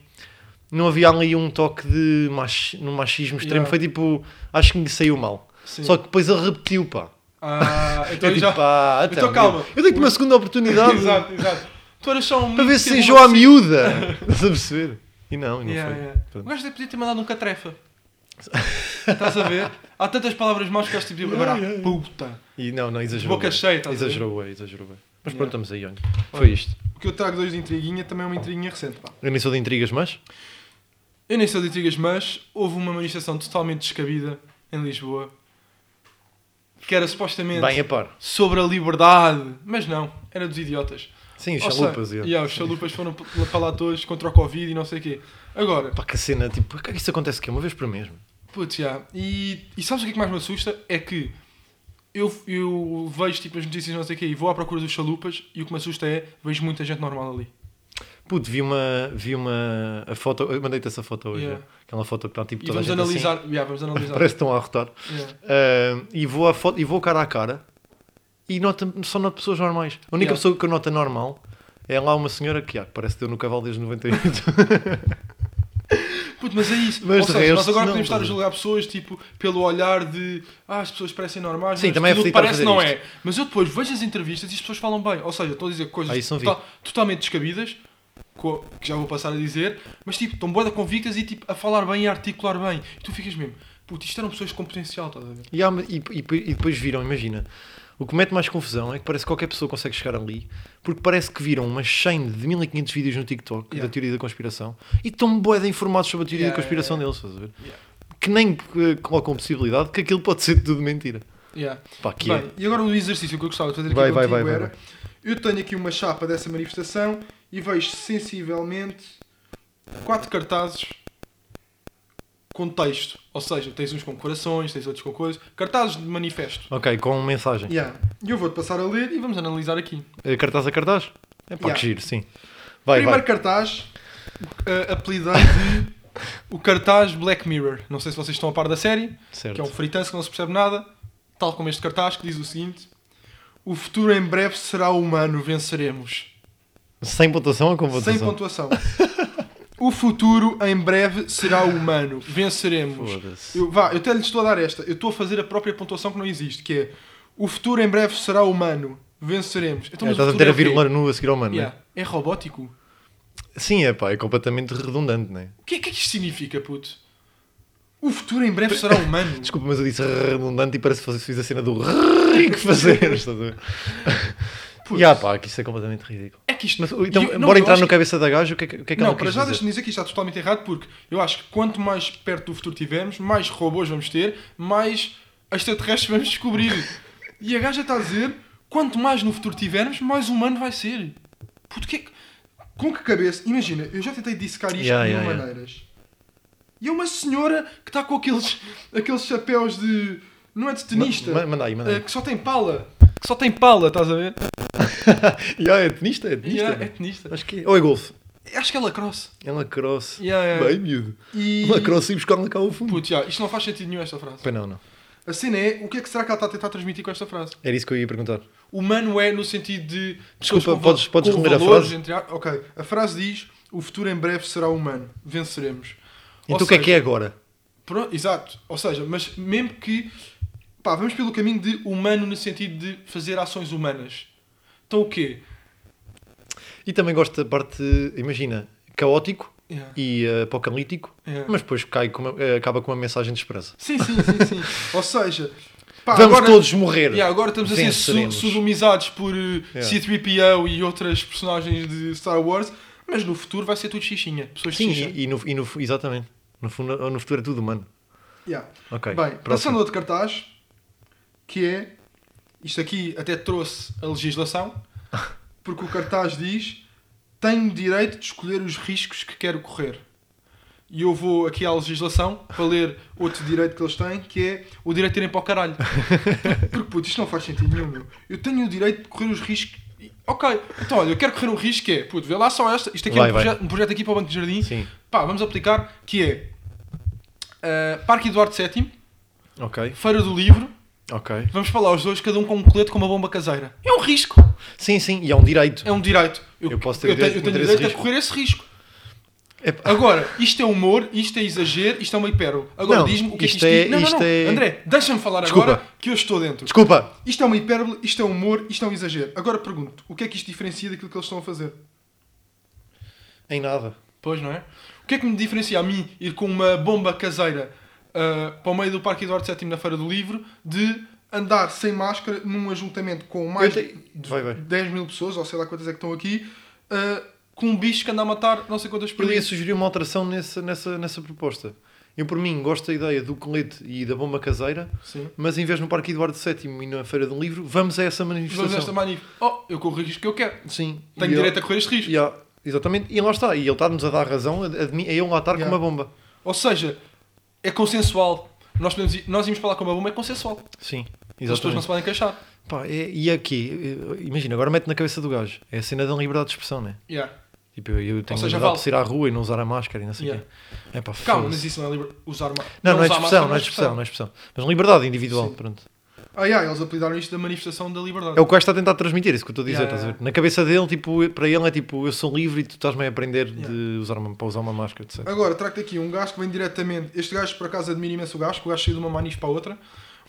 Speaker 2: Não havia ali um toque de machi, um machismo extremo.
Speaker 1: Yeah.
Speaker 2: Foi tipo, acho que me saiu mal.
Speaker 1: Sim.
Speaker 2: Só que depois ele repetiu, pá.
Speaker 1: Ah, então
Speaker 2: Eu
Speaker 1: eu
Speaker 2: tipo,
Speaker 1: já.
Speaker 2: pá,
Speaker 1: Então
Speaker 2: então,
Speaker 1: calma.
Speaker 2: Eu dei-te uma segunda oportunidade
Speaker 1: exato, exato. Tu eras só um.
Speaker 2: para ver se
Speaker 1: tipo,
Speaker 2: enjoa a miúda. Estás a perceber? E não, e não
Speaker 1: Yeah,
Speaker 2: foi.
Speaker 1: yeah. O
Speaker 2: Pronto.
Speaker 1: gajo até podia ter mandado um catrefa. Estás a ver? Há tantas palavras más que o gajo tipo.
Speaker 2: Yeah,
Speaker 1: Agora, ah,
Speaker 2: yeah, yeah.
Speaker 1: puta.
Speaker 2: E não, não, exagerou.
Speaker 1: Boca
Speaker 2: bué.
Speaker 1: cheia, estás a ver?
Speaker 2: Exagerou, bué, exagerou. bué. Mas
Speaker 1: Yeah.
Speaker 2: pronto, estamos aí, olha. Foi isto.
Speaker 1: O que eu trago dois de intriguinha também é uma intriguinha recente, pá.
Speaker 2: Eu nem sou de intrigas, mas.
Speaker 1: Eu nem sou de intrigas, mas houve uma manifestação totalmente descabida em Lisboa que era supostamente
Speaker 2: Bem a par.
Speaker 1: sobre a liberdade, mas não, era dos idiotas.
Speaker 2: Sim, os
Speaker 1: Ou seja,
Speaker 2: chalupas. yeah.
Speaker 1: yeah, os chalupas foram p- lá para lá todos contra o Covid e não sei o quê. Agora,
Speaker 2: Pá, que a cena, tipo, que isso acontece que Uma vez por mês. meu.
Speaker 1: putz, yeah. e, e sabes o que é que mais me assusta? É que eu, eu vejo tipo as notícias e não sei o quê e vou à procura dos chalupas e o que me assusta é vejo muita gente normal ali.
Speaker 2: Puto, vi uma, vi uma a foto, eu mandei-te essa foto hoje.
Speaker 1: Yeah.
Speaker 2: é? Aquela foto que está tipo
Speaker 1: E
Speaker 2: toda a
Speaker 1: vamos
Speaker 2: gente
Speaker 1: analisar, yeah, vamos
Speaker 2: assim,
Speaker 1: analisar.
Speaker 2: parece que estão a arrotar.
Speaker 1: Yeah.
Speaker 2: Ah, e, vou à foto, e vou cara a cara e nota, só noto pessoas normais. A única
Speaker 1: Yeah.
Speaker 2: pessoa que eu noto normal é lá uma senhora que, ah, que parece que deu no cavalo desde 98.
Speaker 1: Puto, mas é isso.
Speaker 2: Mas
Speaker 1: Ou
Speaker 2: de
Speaker 1: seja, nós
Speaker 2: resto,
Speaker 1: agora
Speaker 2: não,
Speaker 1: podemos estar a
Speaker 2: estás a ver?
Speaker 1: julgar pessoas tipo, pelo olhar de ah, as pessoas parecem normais,
Speaker 2: Sim,
Speaker 1: mas
Speaker 2: também é
Speaker 1: tudo o que
Speaker 2: fedido estar a
Speaker 1: parece
Speaker 2: fazer
Speaker 1: não
Speaker 2: isto.
Speaker 1: é. Mas eu depois vejo as entrevistas e as pessoas falam bem. Ou seja, estou a dizer coisas
Speaker 2: Ah, isso não vi.
Speaker 1: tota- totalmente descabidas, co- que já vou passar a dizer, mas tipo, estão boeda convictas e tipo, a falar bem e a articular bem. E tu ficas mesmo, puto, isto eram pessoas com potencial, estás a ver?
Speaker 2: e, há- e- e- e depois viram, imagina. O que mete mais confusão é que parece que qualquer pessoa consegue chegar ali, porque parece que viram umas 100 de 1500 vídeos no TikTok
Speaker 1: Yeah.
Speaker 2: da teoria da conspiração e estão boeda informados sobre a teoria
Speaker 1: Yeah,
Speaker 2: da conspiração
Speaker 1: yeah,
Speaker 2: deles, estás a ver?
Speaker 1: Yeah.
Speaker 2: Que nem eh, colocam a possibilidade que aquilo pode ser tudo mentira.
Speaker 1: Yeah.
Speaker 2: Pá, que é.
Speaker 1: Bem, e agora o exercício que eu gostava de fazer aqui
Speaker 2: Vai, vai,
Speaker 1: contigo
Speaker 2: vai, vai,
Speaker 1: era...
Speaker 2: vai.
Speaker 1: Eu tenho aqui uma chapa dessa manifestação e vejo sensivelmente quatro cartazes com texto. Ou seja, tens uns com corações, tens outros com coisas. Cartazes de manifesto.
Speaker 2: é. Ok, com mensagem.
Speaker 1: Yeah. E eu vou-te passar a ler e vamos analisar aqui.
Speaker 2: Eh, Cartaz a cartaz? É pá,
Speaker 1: Yeah.
Speaker 2: que giro, sim. Vai,
Speaker 1: Primeiro
Speaker 2: vai.
Speaker 1: cartaz, eh, apelidado de O cartaz Black Mirror. Não sei se vocês estão a par da série,
Speaker 2: Certo.
Speaker 1: que é um fritanço que não se percebe nada, tal como este cartaz que diz o seguinte: O futuro em breve será humano, venceremos.
Speaker 2: Sem pontuação ou com pontuação?
Speaker 1: Sem pontuação. o futuro em breve será humano, venceremos.
Speaker 2: Foda-se.
Speaker 1: Eu, vá, eu até lhe estou a dar esta. Eu estou a fazer a própria pontuação que não existe, que é o futuro em breve será humano, venceremos. Então,
Speaker 2: É,
Speaker 1: mas o
Speaker 2: estás a
Speaker 1: futuro
Speaker 2: meter a
Speaker 1: é o quê?
Speaker 2: vírgula no a seguir ao mano, né?
Speaker 1: Yeah. É robótico?
Speaker 2: Sim, é pá, é completamente redundante, né?
Speaker 1: O que é que é que isto significa, puto? O futuro em breve será humano.
Speaker 2: Desculpa, mas eu disse redundante e parece que fiz a cena do rrrr que fazer. estás a ver?
Speaker 1: Putz.
Speaker 2: E ah pá, que isto é completamente ridículo.
Speaker 1: É que isto.
Speaker 2: Mas, então,
Speaker 1: eu- não,
Speaker 2: bora
Speaker 1: eu
Speaker 2: entrar
Speaker 1: acho
Speaker 2: no
Speaker 1: que-
Speaker 2: cabeça da gaja, o que é que, o que, é que
Speaker 1: Não,
Speaker 2: ela
Speaker 1: para
Speaker 2: quis
Speaker 1: já
Speaker 2: dizer?
Speaker 1: deixa-me dizer que isto está totalmente errado, porque eu acho que quanto mais perto do futuro tivermos, mais robôs vamos ter, mais extraterrestres vamos descobrir. e a gaja está a dizer: quanto mais no futuro tivermos, mais humano vai ser. Puto, que é que- Com que cabeça? Imagina, eu já tentei dissecar isto
Speaker 2: Yeah,
Speaker 1: de mil
Speaker 2: yeah, yeah.
Speaker 1: maneiras. E é uma senhora que está com aqueles, aqueles chapéus de. Não é de tenista?
Speaker 2: Ma- ma- manda aí, manda aí.
Speaker 1: eh, que só tem pala. Que só tem pala, estás a ver?
Speaker 2: Ya, é tenista, é tenista.
Speaker 1: Yeah, é tenista.
Speaker 2: Acho que é. Ou é golfe?
Speaker 1: Acho que é lacrosse.
Speaker 2: É lacrosse.
Speaker 1: Yeah, yeah.
Speaker 2: Bem, miúdo.
Speaker 1: E...
Speaker 2: Lacrosse e buscar-me cá ao fundo.
Speaker 1: Putz, já, isto não faz sentido nenhum esta frase.
Speaker 2: Pois não, não.
Speaker 1: A cena é, o que é que será que ela está a tentar transmitir com esta frase?
Speaker 2: Era isso que eu ia perguntar.
Speaker 1: Humano é no sentido de... pessoas
Speaker 2: Desculpa,
Speaker 1: com
Speaker 2: podes-
Speaker 1: val-
Speaker 2: podes
Speaker 1: com
Speaker 2: reler a
Speaker 1: valores,
Speaker 2: frase?
Speaker 1: entre a- Ok, a frase diz, o futuro em breve será humano, venceremos.
Speaker 2: Então o que é que é agora?
Speaker 1: Pronto, exato, ou seja, mas mesmo que... Pá, vamos pelo caminho de humano no sentido de fazer ações humanas. Então o quê?
Speaker 2: E também gosto da parte, imagina, caótico
Speaker 1: Yeah.
Speaker 2: e eh, apocalíptico,
Speaker 1: Yeah.
Speaker 2: mas depois cai com uma- eh, acaba com uma mensagem de esperança.
Speaker 1: Sim, sim, sim, sim. ou seja... pá,
Speaker 2: Vamos
Speaker 1: agora-
Speaker 2: todos morrer.
Speaker 1: Yeah, agora estamos a ser su
Speaker 2: Venceremos.
Speaker 1: sodomizados por uh,
Speaker 2: Yeah.
Speaker 1: C3PO e outras personagens de Star Wars, mas no futuro vai ser tudo xixinha. Pessoas
Speaker 2: Sim,
Speaker 1: de xixinha.
Speaker 2: e, e no, e no- exatamente. No, fundo, no futuro é tudo humano.
Speaker 1: Yeah.
Speaker 2: Ok.
Speaker 1: Bem, passando
Speaker 2: próximo.
Speaker 1: a outro cartaz, que é. Isto aqui até trouxe a legislação, porque o cartaz diz: tenho direito de escolher os riscos que quero correr. E eu vou aqui à legislação para ler outro direito que eles têm, que é o direito de irem para o caralho. Porque, puto, isto não faz sentido nenhum, meu. Eu tenho o direito de correr os riscos. Ok, então olha, eu quero correr um risco que é, puto, vê lá só esta. Isto aqui é
Speaker 2: Vai,
Speaker 1: um,
Speaker 2: vai.
Speaker 1: projeto- um projeto aqui para o Banco de Jardim.
Speaker 2: Sim.
Speaker 1: Pá, vamos aplicar, que é ah, Parque Eduardo VII,
Speaker 2: Ok.
Speaker 1: Feira do Livro,
Speaker 2: Ok.
Speaker 1: vamos falar os dois, cada um com um colete com uma bomba caseira. É um risco,
Speaker 2: Sim, sim, e é um direito.
Speaker 1: é um direito.
Speaker 2: Eu posso ter
Speaker 1: eu tenho,
Speaker 2: direito
Speaker 1: eu tenho
Speaker 2: de correr esse
Speaker 1: direito a
Speaker 2: risco.
Speaker 1: correr esse risco.
Speaker 2: Epá.
Speaker 1: Agora, isto é humor, isto é exagero, isto é uma hipérbole. Agora
Speaker 2: Não,
Speaker 1: diz-me o que
Speaker 2: isto
Speaker 1: é
Speaker 2: é-
Speaker 1: que isto diz. Não, não,
Speaker 2: isto
Speaker 1: não.
Speaker 2: é-
Speaker 1: André, deixa-me falar
Speaker 2: Desculpa.
Speaker 1: agora que eu estou dentro.
Speaker 2: Desculpa.
Speaker 1: Isto é uma hipérbole, isto é um humor, isto é um exagero. Agora pergunto, o que é que isto diferencia daquilo que eles estão a fazer?
Speaker 2: Em nada.
Speaker 1: Pois, não é? O que é que me diferencia a mim ir com uma bomba caseira ah, para o meio do Parque Eduardo VII na Feira do Livro de andar sem máscara num ajuntamento com mais
Speaker 2: Eu te-
Speaker 1: de
Speaker 2: Vai, vai.
Speaker 1: 10 mil pessoas, ou sei lá quantas é que estão aqui, ah, com um bicho que anda a matar não sei quantas
Speaker 2: Eu ia
Speaker 1: pessoas.
Speaker 2: sugerir uma alteração nessa, nessa, nessa proposta. Eu, por mim, gosto da ideia do colete e da bomba caseira,
Speaker 1: Sim.
Speaker 2: mas em vez de no Parque Eduardo VII e na Feira de um Livro, vamos a essa
Speaker 1: Vamos
Speaker 2: manifestação.
Speaker 1: nesta mania. Oh, eu corro o risco que eu quero.
Speaker 2: Sim.
Speaker 1: Tenho
Speaker 2: E eu-
Speaker 1: direito a correr este risco.
Speaker 2: e há- Exatamente. E lá está. E ele está-nos a dar razão a, a de mim- a eu lá estar
Speaker 1: Yeah.
Speaker 2: com uma bomba.
Speaker 1: Ou seja, é consensual. Nós, podemos ir- nós íamos falar com uma bomba, é consensual.
Speaker 2: Sim.
Speaker 1: As pessoas não se
Speaker 2: Exatamente.
Speaker 1: podem queixar.
Speaker 2: Pá, é- e aqui, eh, imagina, agora mete na cabeça do gajo. É a cena da liberdade de expressão, né?
Speaker 1: Yeah.
Speaker 2: Tipo, eu, eu tenho
Speaker 1: seja,
Speaker 2: liberdade
Speaker 1: vale.
Speaker 2: de sair à rua e não usar a máscara e não sei o
Speaker 1: Yeah.
Speaker 2: quê. É pá,
Speaker 1: Calma,
Speaker 2: foda-se.
Speaker 1: mas isso não é liberdade. Usar ma-
Speaker 2: Não, não, é
Speaker 1: usar
Speaker 2: expressão,
Speaker 1: máscara
Speaker 2: não é expressão, não é expressão. Mas liberdade individual,
Speaker 1: Sim.
Speaker 2: pronto.
Speaker 1: Ah, yeah, eles apelidaram isto da manifestação da liberdade.
Speaker 2: É o que o gajo está a tentar transmitir, isso que eu estou a dizer,
Speaker 1: Yeah,
Speaker 2: estás a
Speaker 1: yeah.
Speaker 2: ver? Na cabeça dele, tipo, para ele é tipo, eu sou livre e tu estás-me a aprender de
Speaker 1: Yeah.
Speaker 2: usar uma, para usar uma máscara, etc.
Speaker 1: Agora, trago-te aqui um gajo que vem diretamente. Este gajo, por acaso, admira imenso o gajo, que o gajo saiu de uma manif para a outra.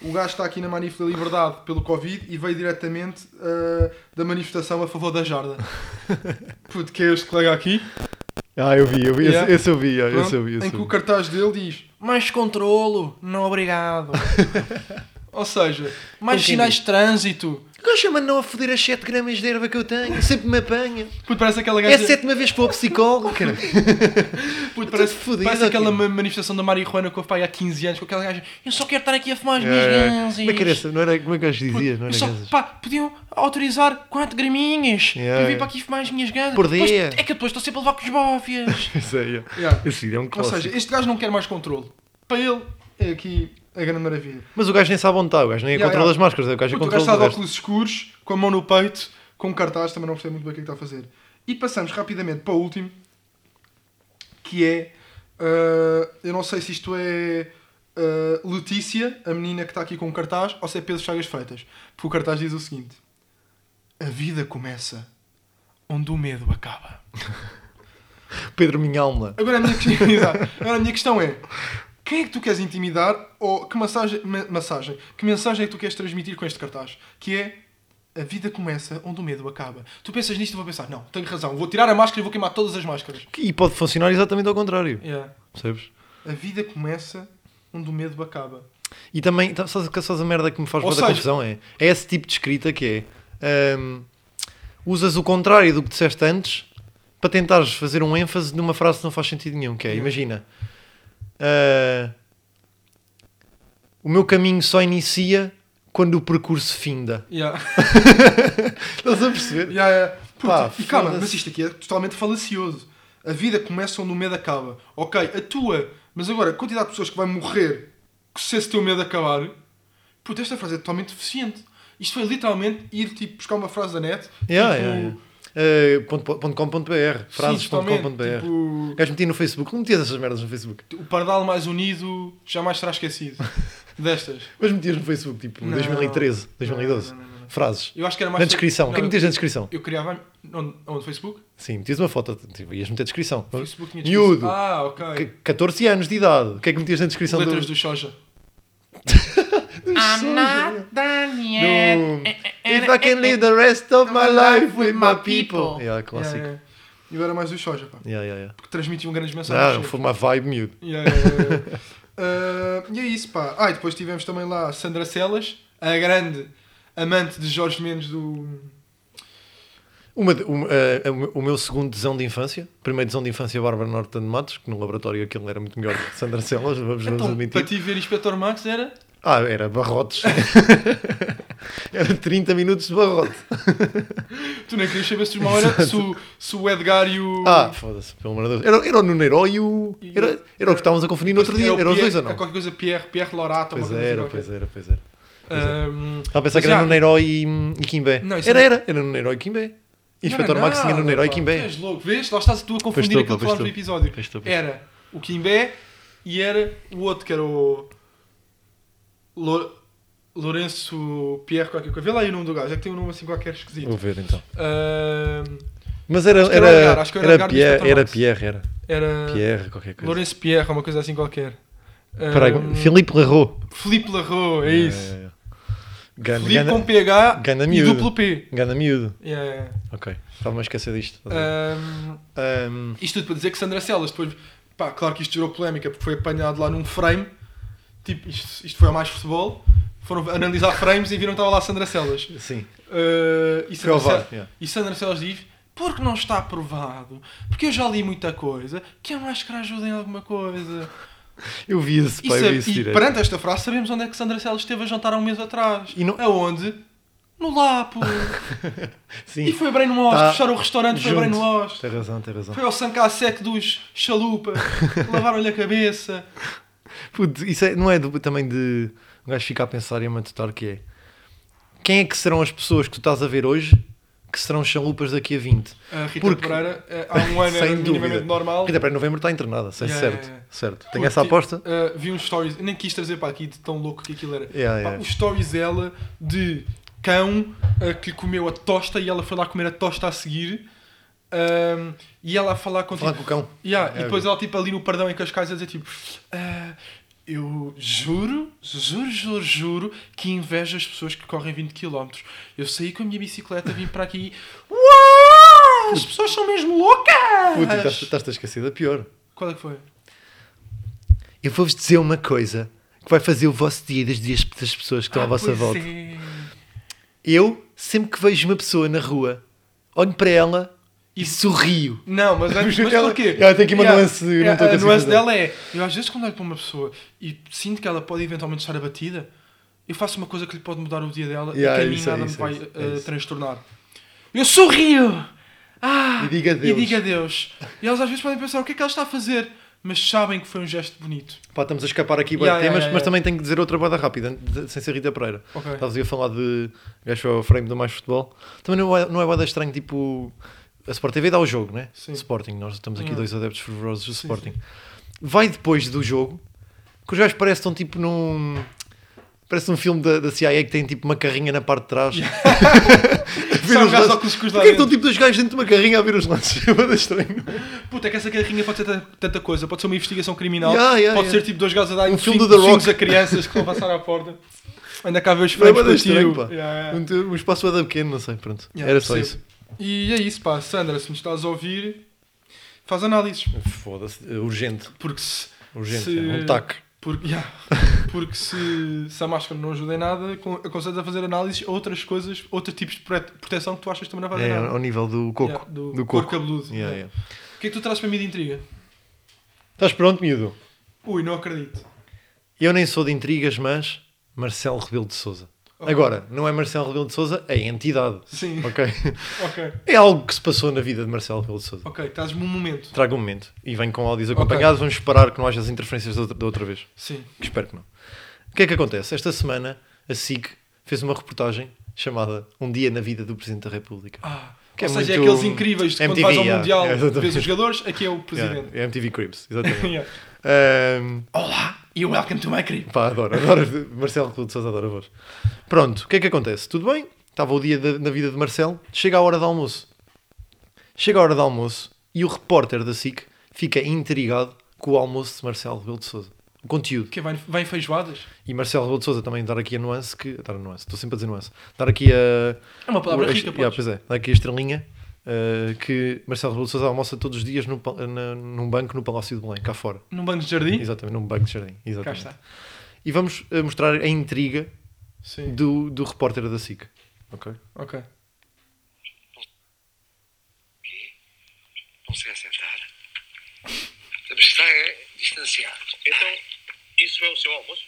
Speaker 1: O gajo está aqui na manif da liberdade pelo Covid e veio diretamente ah, da manifestação a favor da jarda. Puto, que é este colega aqui?
Speaker 2: Ah, eu vi, eu vi,
Speaker 1: Yeah.
Speaker 2: esse, esse eu vi, yeah,
Speaker 1: Pronto,
Speaker 2: esse eu vi, esse
Speaker 1: em que
Speaker 2: eu
Speaker 1: o
Speaker 2: vi.
Speaker 1: cartaz dele diz: Mais controlo, não obrigado. Ou seja, mais
Speaker 2: Entendi.
Speaker 1: sinais de trânsito.
Speaker 2: Gajo chama não a foder as 7 gramas de erva que eu tenho, sempre me apanha.
Speaker 1: Puto, parece aquela
Speaker 2: É a
Speaker 1: gaja.
Speaker 2: sétima vez que vou ao psicólogo, cara.
Speaker 1: Puto, parece,
Speaker 2: Tudo fodido,
Speaker 1: parece aquela
Speaker 2: aquilo.
Speaker 1: ma- manifestação da marihuana que eu pai há 15 anos com aquela gaja. Eu só quero estar aqui a fumar as minhas ganzes.
Speaker 2: Como é que era essa? Não era como é que o gajo
Speaker 1: Puto,
Speaker 2: dizia? Não
Speaker 1: eu
Speaker 2: era
Speaker 1: só,
Speaker 2: gajas?
Speaker 1: pá, podiam autorizar 4 graminhas
Speaker 2: Yeah,
Speaker 1: para eu vir
Speaker 2: yeah.
Speaker 1: para aqui fumar as minhas ganzes.
Speaker 2: Por
Speaker 1: Depois-
Speaker 2: dia.
Speaker 1: é que eu depois estou sempre a levar com os bófias.
Speaker 2: Isso aí, yeah.
Speaker 1: é Yeah.
Speaker 2: Esse vídeo é um
Speaker 1: Ou seja,
Speaker 2: clássico.
Speaker 1: este gajo não quer mais controle. Para ele, é aqui a grande maravilha.
Speaker 2: Mas o gajo nem sabe onde está, o gajo nem é
Speaker 1: Yeah, yeah.
Speaker 2: controla as máscaras, é o gajo é
Speaker 1: Puto, o gajo
Speaker 2: controla
Speaker 1: está de
Speaker 2: o resto.
Speaker 1: óculos escuros, com a mão no peito, com um cartaz, também não percebo muito bem o que é que está a fazer. E passamos rapidamente para o último, que é Ah, eu não sei se isto é ah, Letícia, a menina que está aqui com o cartaz, ou se é Pedro Chagas Freitas. Porque o cartaz diz o seguinte: A vida começa onde o medo acaba.
Speaker 2: Pedro Minha Alma.
Speaker 1: Agora a minha questão, exato. Agora a minha questão é: quem é que tu queres intimidar ou que massagem, ma- massagem, que mensagem é que tu queres transmitir com este cartaz? Que é a vida começa onde o medo acaba. Tu pensas nisto e vou pensar, não, tenho razão, vou tirar a máscara e vou queimar todas as máscaras.
Speaker 2: E pode funcionar exatamente ao contrário. Percebes?
Speaker 1: A vida começa onde o medo acaba.
Speaker 2: E também, tá- sabes, que- sabes a merda que me faz
Speaker 1: Ou
Speaker 2: muita
Speaker 1: seja-
Speaker 2: confusão? É, é esse tipo de escrita que é. hum, usas o contrário do que disseste antes para tentares fazer um ênfase numa frase que não faz sentido nenhum. Que é,
Speaker 1: Yeah.
Speaker 2: imagina. ah, o meu caminho só inicia quando o percurso finda.
Speaker 1: Yeah.
Speaker 2: Estás a perceber?
Speaker 1: Yeah, yeah. Puta,
Speaker 2: Pá,
Speaker 1: e calma,
Speaker 2: foda-se.
Speaker 1: mas isto aqui é totalmente falacioso. A vida começa onde o medo acaba. Ok, a tua, mas agora a quantidade de pessoas que vai morrer que se esse teu medo acabar, puta, esta frase é totalmente deficiente. Isto foi literalmente ir tipo buscar uma frase da net,
Speaker 2: Yeah,
Speaker 1: tipo,
Speaker 2: yeah, yeah. Ah, é, ponto- ponto .com.br, frases.com.br.
Speaker 1: totalmente, tipo,
Speaker 2: Queres meter no Facebook? Não metias essas merdas no Facebook.
Speaker 1: o pardal mais unido jamais será esquecido. Destas.
Speaker 2: Mas metias no Facebook, tipo,
Speaker 1: Não.
Speaker 2: 2013, 2012.
Speaker 1: Não, não, não, não.
Speaker 2: Frases.
Speaker 1: Eu acho que era mais
Speaker 2: Na descrição.
Speaker 1: Não,
Speaker 2: O que é que
Speaker 1: eu-
Speaker 2: metias na descrição?
Speaker 1: Eu criava onde, onde Facebook?
Speaker 2: Sim, metias uma foto. Tipo, ias meter descrição.
Speaker 1: Facebook tinha descrição.
Speaker 2: Miúdo.
Speaker 1: Ah, ok.
Speaker 2: c- 14 anos de idade. O que é que metias na descrição
Speaker 1: Letras
Speaker 2: do...
Speaker 1: do Soja.
Speaker 2: I'm not done yet. If I can live the rest of my life with my people. Yeah, É, clássico.
Speaker 1: Yeah, yeah. Eu era mais o Soja, pá.
Speaker 2: Yeah, yeah, yeah.
Speaker 1: Porque um transmitiam grandes mensagens.
Speaker 2: Ah, foi uma vibe miúdo.
Speaker 1: Yeah, yeah, yeah, yeah. Ah, e é isso, pá. Ah, e depois tivemos também lá a Sandra Celas, a grande amante de Jorge Mendes do.
Speaker 2: Uma de- um, ah, um, o meu segundo desão de infância, primeiro desão de infância, Bárbara Norton de Matos, que no laboratório aquele era muito melhor que Sandra Celas, vamos, vamos
Speaker 1: Então,
Speaker 2: admitir.
Speaker 1: para ti ver Inspector Max era.
Speaker 2: Ah, era barrotes. era 30 minutos de barrote.
Speaker 1: Tu nem querias saber se, os mal era, se, o, se o Edgar e o.
Speaker 2: Ah, foda-se, pelo amor de Deus. Era, era o Nuno Herói e o.
Speaker 1: E-
Speaker 2: Era, era o que estávamos a confundir no outro dia.
Speaker 1: o
Speaker 2: Era os
Speaker 1: Pierre-
Speaker 2: dois ou não?
Speaker 1: Qualquer coisa, Pierre, Pierre Lorato. uma
Speaker 2: Pois
Speaker 1: coisa assim
Speaker 2: era,
Speaker 1: qualquer.
Speaker 2: pois era, pois era.
Speaker 1: Ahm,
Speaker 2: Estava a pensar que
Speaker 1: Mas
Speaker 2: era
Speaker 1: já-
Speaker 2: Nuno Herói e, e Kimbé.
Speaker 1: Não, isso
Speaker 2: Era,
Speaker 1: não-
Speaker 2: era. Era Nuno Herói e Kimbé.
Speaker 1: Não
Speaker 2: Inspetor
Speaker 1: era
Speaker 2: Max tinha
Speaker 1: nada,
Speaker 2: Nuno Herói e
Speaker 1: pá. Tu
Speaker 2: Kimbé.
Speaker 1: és louco, vês? Lá estás tu a confundir
Speaker 2: estou,
Speaker 1: aquilo
Speaker 2: pá,
Speaker 1: que
Speaker 2: pois
Speaker 1: falámos no
Speaker 2: estou.
Speaker 1: episódio.
Speaker 2: Pois estou, pois
Speaker 1: Era o Kimbé e era o outro que era o. Lo... Lourenço Pierre, qualquer coisa. Vê lá aí o nome do gajo, é que tem um nome assim qualquer esquisito. Ah,
Speaker 2: Vou ver então.
Speaker 1: Ahm,
Speaker 2: Mas era.
Speaker 1: que era o Edgar,
Speaker 2: Era,
Speaker 1: acho que era o
Speaker 2: era,
Speaker 1: Edgar do
Speaker 2: Pierre,
Speaker 1: Inspector
Speaker 2: era
Speaker 1: Max.
Speaker 2: Pierre, era.
Speaker 1: era.
Speaker 2: Pierre, qualquer coisa.
Speaker 1: Lourenço Pierre, uma coisa assim qualquer. Ahm,
Speaker 2: Espera aí, Filipe Larro.
Speaker 1: Filipe Larro, Hum. é isso.
Speaker 2: Gana,
Speaker 1: Filipe com
Speaker 2: gana,
Speaker 1: PH
Speaker 2: ganda
Speaker 1: e
Speaker 2: miúdo.
Speaker 1: duplo P.
Speaker 2: gana miúdo.
Speaker 1: Yeah.
Speaker 2: Ok. Estava-me a esquecer disto.
Speaker 1: Ah. Ahm,
Speaker 2: Ahm,
Speaker 1: Isto tudo para dizer que Sandra Celas depois, pá, claro que isto gerou polémica porque foi apanhado lá num frame, tipo, isto, isto foi a mais futebol, foram analisar frames e viram que estava lá Sandra Celas.
Speaker 2: sim.
Speaker 1: Eh, e,
Speaker 2: Foi
Speaker 1: Sandra
Speaker 2: ao VAR.
Speaker 1: Celas
Speaker 2: yeah.
Speaker 1: e Sandra Celas diz, porque não está aprovado, porque eu já li muita coisa, que a máscara ajuda em alguma coisa.
Speaker 2: Eu vi esse,
Speaker 1: E,
Speaker 2: pá, eu
Speaker 1: sabe-
Speaker 2: vi esse
Speaker 1: é- e
Speaker 2: direito.
Speaker 1: perante esta frase sabemos onde é que Sandra Celas esteve a jantar há um mês atrás.
Speaker 2: E não-
Speaker 1: Aonde? No Lapo.
Speaker 2: Sim.
Speaker 1: e foi bem no Oz,
Speaker 2: Tá.
Speaker 1: fecharam o restaurante, foi bem no Oz.
Speaker 2: Tem razão, tem razão.
Speaker 1: Foi ao Sankassek dos Chalupa, lavaram-lhe a cabeça.
Speaker 2: Puto, isso é- não é do- também de um gajo ficar a pensar e a matutar que é quem é que serão as pessoas que tu estás a ver hoje que serão chalupas daqui a 20?
Speaker 1: A Rita
Speaker 2: Porque-
Speaker 1: Pereira, eh, há um ano era
Speaker 2: Sem dúvida.
Speaker 1: minimamente normal.
Speaker 2: Rita para novembro está internada, sei
Speaker 1: Yeah,
Speaker 2: certo.
Speaker 1: yeah, yeah.
Speaker 2: Certo. Tenho
Speaker 1: Porque,
Speaker 2: essa aposta?
Speaker 1: eh, vi uns stories, nem quis trazer para aqui de tão louco que aquilo era.
Speaker 2: Yeah,
Speaker 1: Pá,
Speaker 2: yeah.
Speaker 1: Os stories dela de cão eh, que lhe comeu a tosta e ela foi lá comer a tosta a seguir. Ahm, e ela a falar com
Speaker 2: Falar
Speaker 1: tipo,
Speaker 2: com o cão.
Speaker 1: Yeah,
Speaker 2: É,
Speaker 1: e depois ela, tipo, ali no Pardão em Cascais, a dizer, tipo, "Ah, eu juro, juro, juro, juro que invejo as pessoas que correm 20km. Eu saí com a minha bicicleta, vim para aqui e... Uau! As pessoas são mesmo
Speaker 2: Puto, e estás-
Speaker 1: loucas!
Speaker 2: estás-te a esquecer da pior.
Speaker 1: Qual é que foi?
Speaker 2: Eu vou-vos dizer uma coisa que vai fazer o vosso dia e dos dias das pessoas que estão à
Speaker 1: Ah,
Speaker 2: vossa
Speaker 1: pois
Speaker 2: volta.
Speaker 1: é.
Speaker 2: Eu, sempre que vejo uma pessoa na rua, olho para ela e,
Speaker 1: E-
Speaker 2: sorrio.
Speaker 1: Não, mas, antes, mas
Speaker 2: Ela-
Speaker 1: porquê?
Speaker 2: ela tem aqui uma nuance, eu não
Speaker 1: é,
Speaker 2: estou a
Speaker 1: a
Speaker 2: conseguir
Speaker 1: nuance
Speaker 2: fazer.
Speaker 1: dela é, eu às vezes quando olho para uma pessoa e sinto que ela pode eventualmente estar abatida, eu faço uma coisa que lhe pode mudar o dia dela
Speaker 2: Yeah,
Speaker 1: e que a mim
Speaker 2: isso é
Speaker 1: nada
Speaker 2: isso, é
Speaker 1: me
Speaker 2: isso,
Speaker 1: vai
Speaker 2: é
Speaker 1: eh,
Speaker 2: isso.
Speaker 1: transtornar. Eu sorrio! Ah!
Speaker 2: E diga adeus.
Speaker 1: E diga adeus. E elas às vezes podem pensar o que é que ela está a fazer, mas sabem que foi um gesto bonito.
Speaker 2: Pá, estamos a escapar aqui bué
Speaker 1: Yeah,
Speaker 2: de temas,
Speaker 1: yeah, yeah,
Speaker 2: mas
Speaker 1: yeah.
Speaker 2: também tenho que dizer outra boda rápida, de- sem ser Rita Pereira.
Speaker 1: Ok.
Speaker 2: Estavas aí a falar de gajo ao frame do mais futebol. Também não é, não é bué de estranho, tipo, a Sport TV dá o jogo, né?
Speaker 1: Sim.
Speaker 2: Sporting, nós estamos aqui
Speaker 1: Yeah.
Speaker 2: dois adeptos fervorosos do
Speaker 1: Sim,
Speaker 2: Sporting. vai depois do jogo, que os gajos parecem que estão tipo num. Parece um filme da, da CIA que tem tipo uma carrinha na parte de trás. A ver
Speaker 1: Só
Speaker 2: os
Speaker 1: um gajo
Speaker 2: lances.
Speaker 1: só com os cus lá
Speaker 2: Porquê que estão
Speaker 1: dentro?
Speaker 2: tipo dois gajos dentro de uma carrinha a ver os lances? É bué estranho.
Speaker 1: Puta, é que essa carrinha pode ser ta- tanta coisa. Pode ser uma investigação criminal.
Speaker 2: Yeah, yeah,
Speaker 1: pode
Speaker 2: yeah.
Speaker 1: ser tipo dois gajos a dar
Speaker 2: Um filme
Speaker 1: cinco-
Speaker 2: do The Rock. é
Speaker 1: cinco a crianças que vão passar à porta. Anda cá ver os
Speaker 2: Foi
Speaker 1: frangos
Speaker 2: bué da
Speaker 1: para o
Speaker 2: estranho, pá.
Speaker 1: tio. Yeah, yeah.
Speaker 2: Um, um espaço bué da pequeno, não sei, pronto.
Speaker 1: É. Yeah,
Speaker 2: Era só
Speaker 1: percebo. E é isso, pá. Sandra, se nos estás a ouvir, faz análises.
Speaker 2: isso. Foda-se, é urgente,
Speaker 1: Porque se.
Speaker 2: urgente,
Speaker 1: Se-
Speaker 2: é um taque.
Speaker 1: Porque, yeah. Porque se, se a máscara não ajuda em nada, con- aconselho-te a fazer análises a outras coisas, outros tipos de prote- proteção que tu achas que também não vai dar
Speaker 2: É,
Speaker 1: nada.
Speaker 2: ao nível do coco.
Speaker 1: Yeah, do,
Speaker 2: do
Speaker 1: couro
Speaker 2: coco.
Speaker 1: cabeludo.
Speaker 2: Yeah,
Speaker 1: Yeah.
Speaker 2: yeah.
Speaker 1: O que é que tu trazes para mim de intriga?
Speaker 2: Estás pronto, miúdo?
Speaker 1: Ui, não acredito.
Speaker 2: Eu nem sou de intrigas, mas Marcelo Rebelo de Souza.
Speaker 1: Ok.
Speaker 2: Agora, não é Marcelo Rebelo de Souza, é entidade.
Speaker 1: Oh. Sim,
Speaker 2: Ok?
Speaker 1: ok.
Speaker 2: É algo que se passou na vida de Marcelo Rebelo de Souza.
Speaker 1: Ok, trazes-me um momento.
Speaker 2: Traga um momento e venho com áudios acompanhados. Vamos esperar que não haja as interferências da outra, da outra vez.
Speaker 1: Sim.
Speaker 2: Que Espero que não. O que é que acontece? Esta semana a SIC fez uma reportagem chamada Um Dia na Vida do Presidente da República.
Speaker 1: Ah,
Speaker 2: Que
Speaker 1: ou
Speaker 2: é
Speaker 1: seja, é
Speaker 2: muito
Speaker 1: aqueles incríveis de quando
Speaker 2: MTV,
Speaker 1: vais ao
Speaker 2: yeah.
Speaker 1: Mundial,
Speaker 2: É, exatamente.
Speaker 1: vês os jogadores, aqui é o presidente.
Speaker 2: É, é MTV Cribs, exatamente.
Speaker 1: Yeah.
Speaker 2: Ahm,
Speaker 1: Olá, e welcome to my crib.
Speaker 2: Ehm, Pá, adoro, adoro. Marcelo Rebelo de Sousa adora a voz. Pronto, o que é que acontece? Tudo bem? Estava o dia da- na vida de Marcelo. Chega a hora do almoço. Chega a hora do almoço e o repórter da SIC fica intrigado com o almoço de Marcelo Rebelo de Sousa. O conteúdo.
Speaker 1: O quê? Vai, vai em feijoadas?
Speaker 2: E Marcelo Rebelo de Sousa também dar aqui a nuance que... Dar a nuance, estou sempre a dizer nuance. Dar aqui a...
Speaker 1: É uma palavra
Speaker 2: o- a-
Speaker 1: rica,
Speaker 2: yeah,
Speaker 1: podes.
Speaker 2: Pois é, dar aqui a estrelinha uh, que Marcelo Rebelo de Sousa almoça todos os dias num, pa- na- num banco no Palácio de Belém, cá fora.
Speaker 1: Num banco de jardim?
Speaker 2: Exatamente, num banco de jardim.
Speaker 1: Cá
Speaker 2: Exatamente.
Speaker 1: está.
Speaker 2: E vamos uh, mostrar a intriga
Speaker 1: Sim.
Speaker 2: do, do repórter da SIC. Ok.
Speaker 1: Ok.
Speaker 3: Não se sentar. Estamos está é, distanciados. Então, isso é o seu almoço?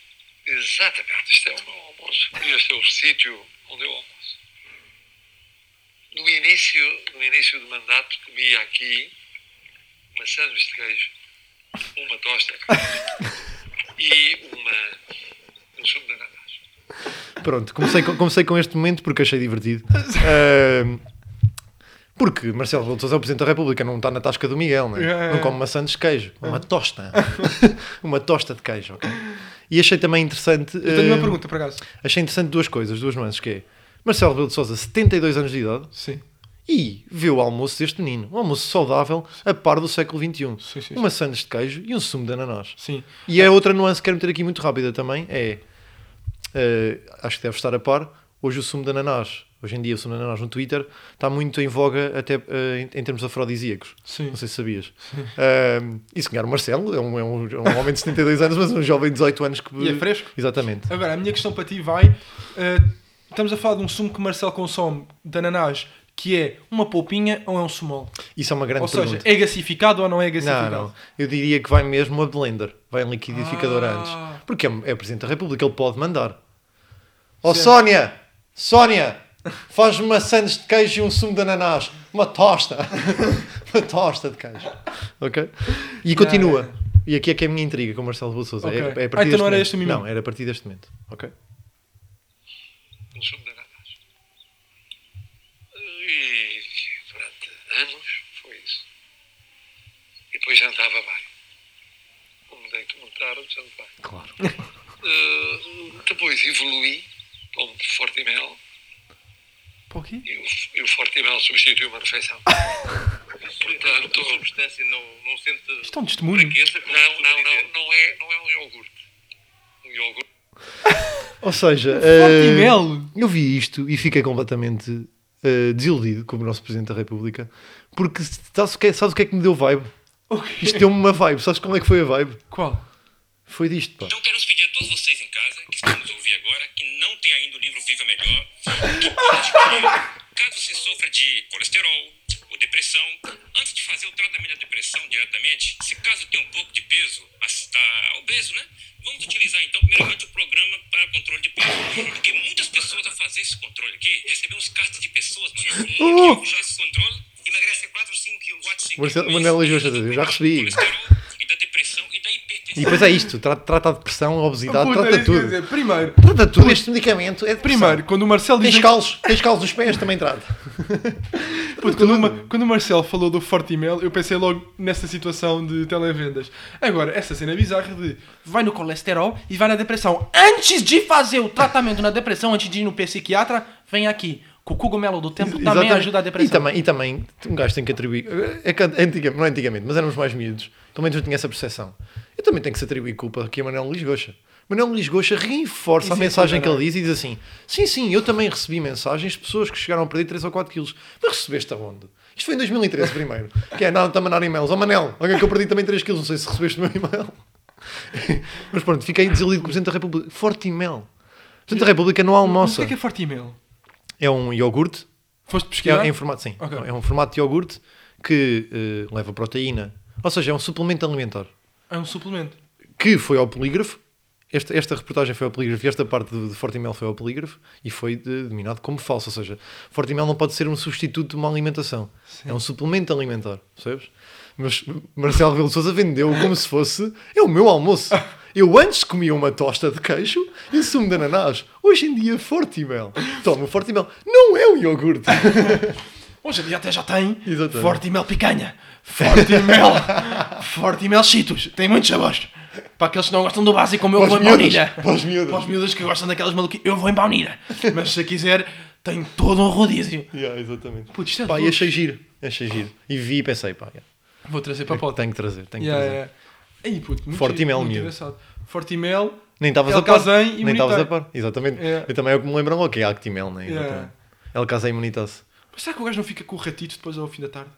Speaker 3: Exatamente, isto é o meu almoço. E este é o sítio onde eu almoço. No início, no início do mandato, comia aqui uma sanduíche de queijo, uma tosta e uma, um sumo de ananás.
Speaker 2: Pronto, comecei com, comecei com este momento porque achei divertido. Ahm, porque Marcelo Rebelo de Sousa é o Presidente da República, não está na tasca do Miguel, né?
Speaker 1: Yeah, yeah.
Speaker 2: não come maçã de queijo,
Speaker 1: É.
Speaker 2: uma tosta. uma tosta de queijo, ok? E achei também interessante...
Speaker 1: Eu tenho uma
Speaker 2: ahm,
Speaker 1: pergunta, por acaso.
Speaker 2: Achei interessante duas coisas, duas nuances, que é... Marcelo Rebelo de Sousa, 72 anos de idade,
Speaker 1: Sim.
Speaker 2: e vê o almoço deste menino. Um almoço saudável, a par do século XXI.
Speaker 1: Sim, sim,
Speaker 2: Uma sandes de queijo e um sumo de ananás.
Speaker 1: Sim.
Speaker 2: E a outra nuance que quero meter aqui muito rápida também é. eh, acho que deve estar a par. Hoje o sumo de ananás, hoje em dia o sumo de ananás no Twitter, está muito em voga até eh, em, em termos afrodisíacos.
Speaker 1: Sim.
Speaker 2: Não sei se sabias. Ahm, e se calhar o Marcelo é um, é um- é um homem de 72 anos, mas um jovem de 18 anos que.
Speaker 1: E é fresco?
Speaker 2: Exatamente.
Speaker 1: Agora, a minha questão para ti vai... eh, estamos a falar de um sumo que Marcelo consome, de ananás, que é uma polpinha ou é um sumol?
Speaker 2: Isso é uma grande
Speaker 1: Ou seja,
Speaker 2: pergunta.
Speaker 1: é gasificado ou não é
Speaker 2: Não,
Speaker 1: gasificado?
Speaker 2: não. Eu diria que vai mesmo a blender. Vai em liquidificador
Speaker 1: Ah.
Speaker 2: antes. Porque é, é Presidente da República, ele pode mandar. Ó
Speaker 1: Certo.
Speaker 2: Sónia! Sónia! Faz-me maçãs de queijo e um sumo de ananás. Uma tosta. Uma tosta de queijo. Ok? E continua.
Speaker 1: yeah,
Speaker 2: E aqui Ah, é que é a minha intriga com o Marcelo Bolsouza.
Speaker 1: Ok.
Speaker 2: É, é a
Speaker 1: Ah, então
Speaker 2: partir
Speaker 1: não era
Speaker 2: deste
Speaker 1: este o
Speaker 2: momento.
Speaker 1: mimimi.
Speaker 2: Não, era a partir deste momento. Ok?
Speaker 3: um sumo de ananás. E durante anos foi isso. E depois jantava bem. Como dei que montar, janto bem.
Speaker 2: Claro.
Speaker 3: Eh, depois evoluí para um Fortimel
Speaker 1: Para o quê?
Speaker 3: e o, e o Fortimel substituiu uma refeição. Portanto,
Speaker 4: substância não, não sente
Speaker 1: Isto é um testemunho.
Speaker 4: fraqueza?
Speaker 3: não, não, não, não, é, não é um iogurte. Um iogurte
Speaker 2: Ou seja,
Speaker 1: Forte
Speaker 2: eh,
Speaker 1: mel.
Speaker 2: eu vi isto e fiquei completamente eh, desiludido com o nosso Presidente da República, porque sabes o que é, sabes o que, é que me deu vibe?
Speaker 1: O quê?
Speaker 2: Isto deu-me uma vibe, sabes como é que foi a vibe?
Speaker 1: Qual?
Speaker 2: Foi disto, pá.
Speaker 4: Então quero pedir a todos vocês em casa que estão nos ouvir agora, que não tem ainda o livro Viva Melhor, que pode adquirir. Caso você sofra de colesterol ou depressão, antes de fazer o tratamento da depressão diretamente, se caso tem um pouco de peso, está obeso, né? Vamos utilizar então primeiramente o programa para controle de peso. Porque muitas pessoas a fazer esse controle aqui, recebemos cartas de pessoas, mano.
Speaker 2: Oh!
Speaker 4: que já se controla, emagrece 4, 5 quilos. 4, 5
Speaker 2: Marcelo- Manuela Josa, é eu já recebi.
Speaker 4: colesterol e da depressão e da hipertensão.
Speaker 2: E depois é isto, tra- trata a depressão, a obesidade,
Speaker 1: Puta, era
Speaker 2: trata
Speaker 1: isso que eu ia
Speaker 2: tota tudo.
Speaker 1: dizer. Primeiro,
Speaker 2: Trata tudo, este medicamento é de
Speaker 1: primeiro, quando o Marcelo diz.
Speaker 2: Tens calos, tens calos nos pés, também trata.
Speaker 1: Puto, quando, o Ma- quando o Marcelo falou do Forte Mel, eu pensei logo nessa situação de televendas. Agora, essa cena é bizarra de
Speaker 5: Vai no colesterol e vai na depressão. Antes de fazer o tratamento na depressão, antes de ir no psiquiatra, vem aqui. Com o cogumelo do tempo também
Speaker 2: Exatamente.
Speaker 5: ajuda a depressão.
Speaker 2: E também, e também um gajo tem que atribuir. É que antigamente, não é antigamente, mas éramos mais miúdos. Pelo menos eu tinha essa percepção. Eu também tenho que se atribuir culpa aqui a Manuel Luís Goxa. Manuel Luís Goxa reinforça
Speaker 5: é
Speaker 2: a mensagem que ele diz e diz assim: Sim, sim, eu também recebi mensagens de pessoas que chegaram a perder 3 ou 4 quilos. Mas recebeste aonde? Isto foi em 2013 primeiro. que é, nada, a mandar e-mails. Ó Manel, alguém que eu perdi também 3 quilos, não sei se recebeste o meu e-mail. mas pronto, fiquei desiludido com o Presidente da República. Forte e-mail. O Presidente da República não
Speaker 1: Mas o que
Speaker 2: almoça.
Speaker 1: é que é Forte Mel?
Speaker 2: É um iogurte
Speaker 1: Foste
Speaker 2: é,
Speaker 1: pesquisar?
Speaker 2: é em formato, sim.
Speaker 1: Ok.
Speaker 2: É um formato de iogurte que eh, leva proteína. Ou seja, é um suplemento alimentar.
Speaker 1: É um suplemento.
Speaker 2: Que foi ao polígrafo. Esta, esta reportagem foi ao polígrafo e esta parte do, de Fortimel foi ao polígrafo e foi de- denominado como falso. Ou seja, Fortimel não pode ser um substituto de uma alimentação. É um suplemento alimentar, percebes? Mas Marcelo Rebelo de Sousa vendeu como se fosse é o meu almoço. Eu antes comia uma tosta de queijo e sumo de ananás. Hoje em dia, Fortimel. Toma, Fortimel. Não é um iogurte.
Speaker 5: Hoje em dia até já tem
Speaker 2: Exatamente.
Speaker 5: forte e mel picanha, forte e mel, forte e mel cheetos. Tem muitos sabores. Para aqueles que não gostam do básico, como eu
Speaker 2: Para
Speaker 5: vou
Speaker 2: os
Speaker 5: em
Speaker 2: miúdos,
Speaker 5: baunilha.
Speaker 2: para os miúdos.
Speaker 5: Para os miúdos que gostam daquelas maluquices, eu vou em baunilha. Mas se quiser, tem todo um rodízio.
Speaker 2: Yeah, exatamente.
Speaker 1: Putz, isto é
Speaker 2: Pá,
Speaker 1: doce.
Speaker 2: e achei giro, achei giro. E vi e pensei, pá, yeah,
Speaker 1: Vou trazer para a
Speaker 2: pô,
Speaker 1: pauta.
Speaker 2: tenho que trazer, tenho
Speaker 1: Yeah,
Speaker 2: que trazer.
Speaker 1: yeah. Aí, puto, muito
Speaker 2: Fortimel,
Speaker 1: muito
Speaker 2: miúdo.
Speaker 1: engraçado. Fortimel.
Speaker 2: Nem estavas a par.
Speaker 1: Alcazem e
Speaker 2: Nem estavas a
Speaker 1: Militar.
Speaker 2: par, exatamente.
Speaker 1: Yeah.
Speaker 2: Eu também é o que me lembram, ok, é Actimel, né?
Speaker 1: Yeah.
Speaker 2: Exatamente. El Casei Imunitas.
Speaker 1: Mas será que o gajo não fica com o ratito depois ao fim da tarde?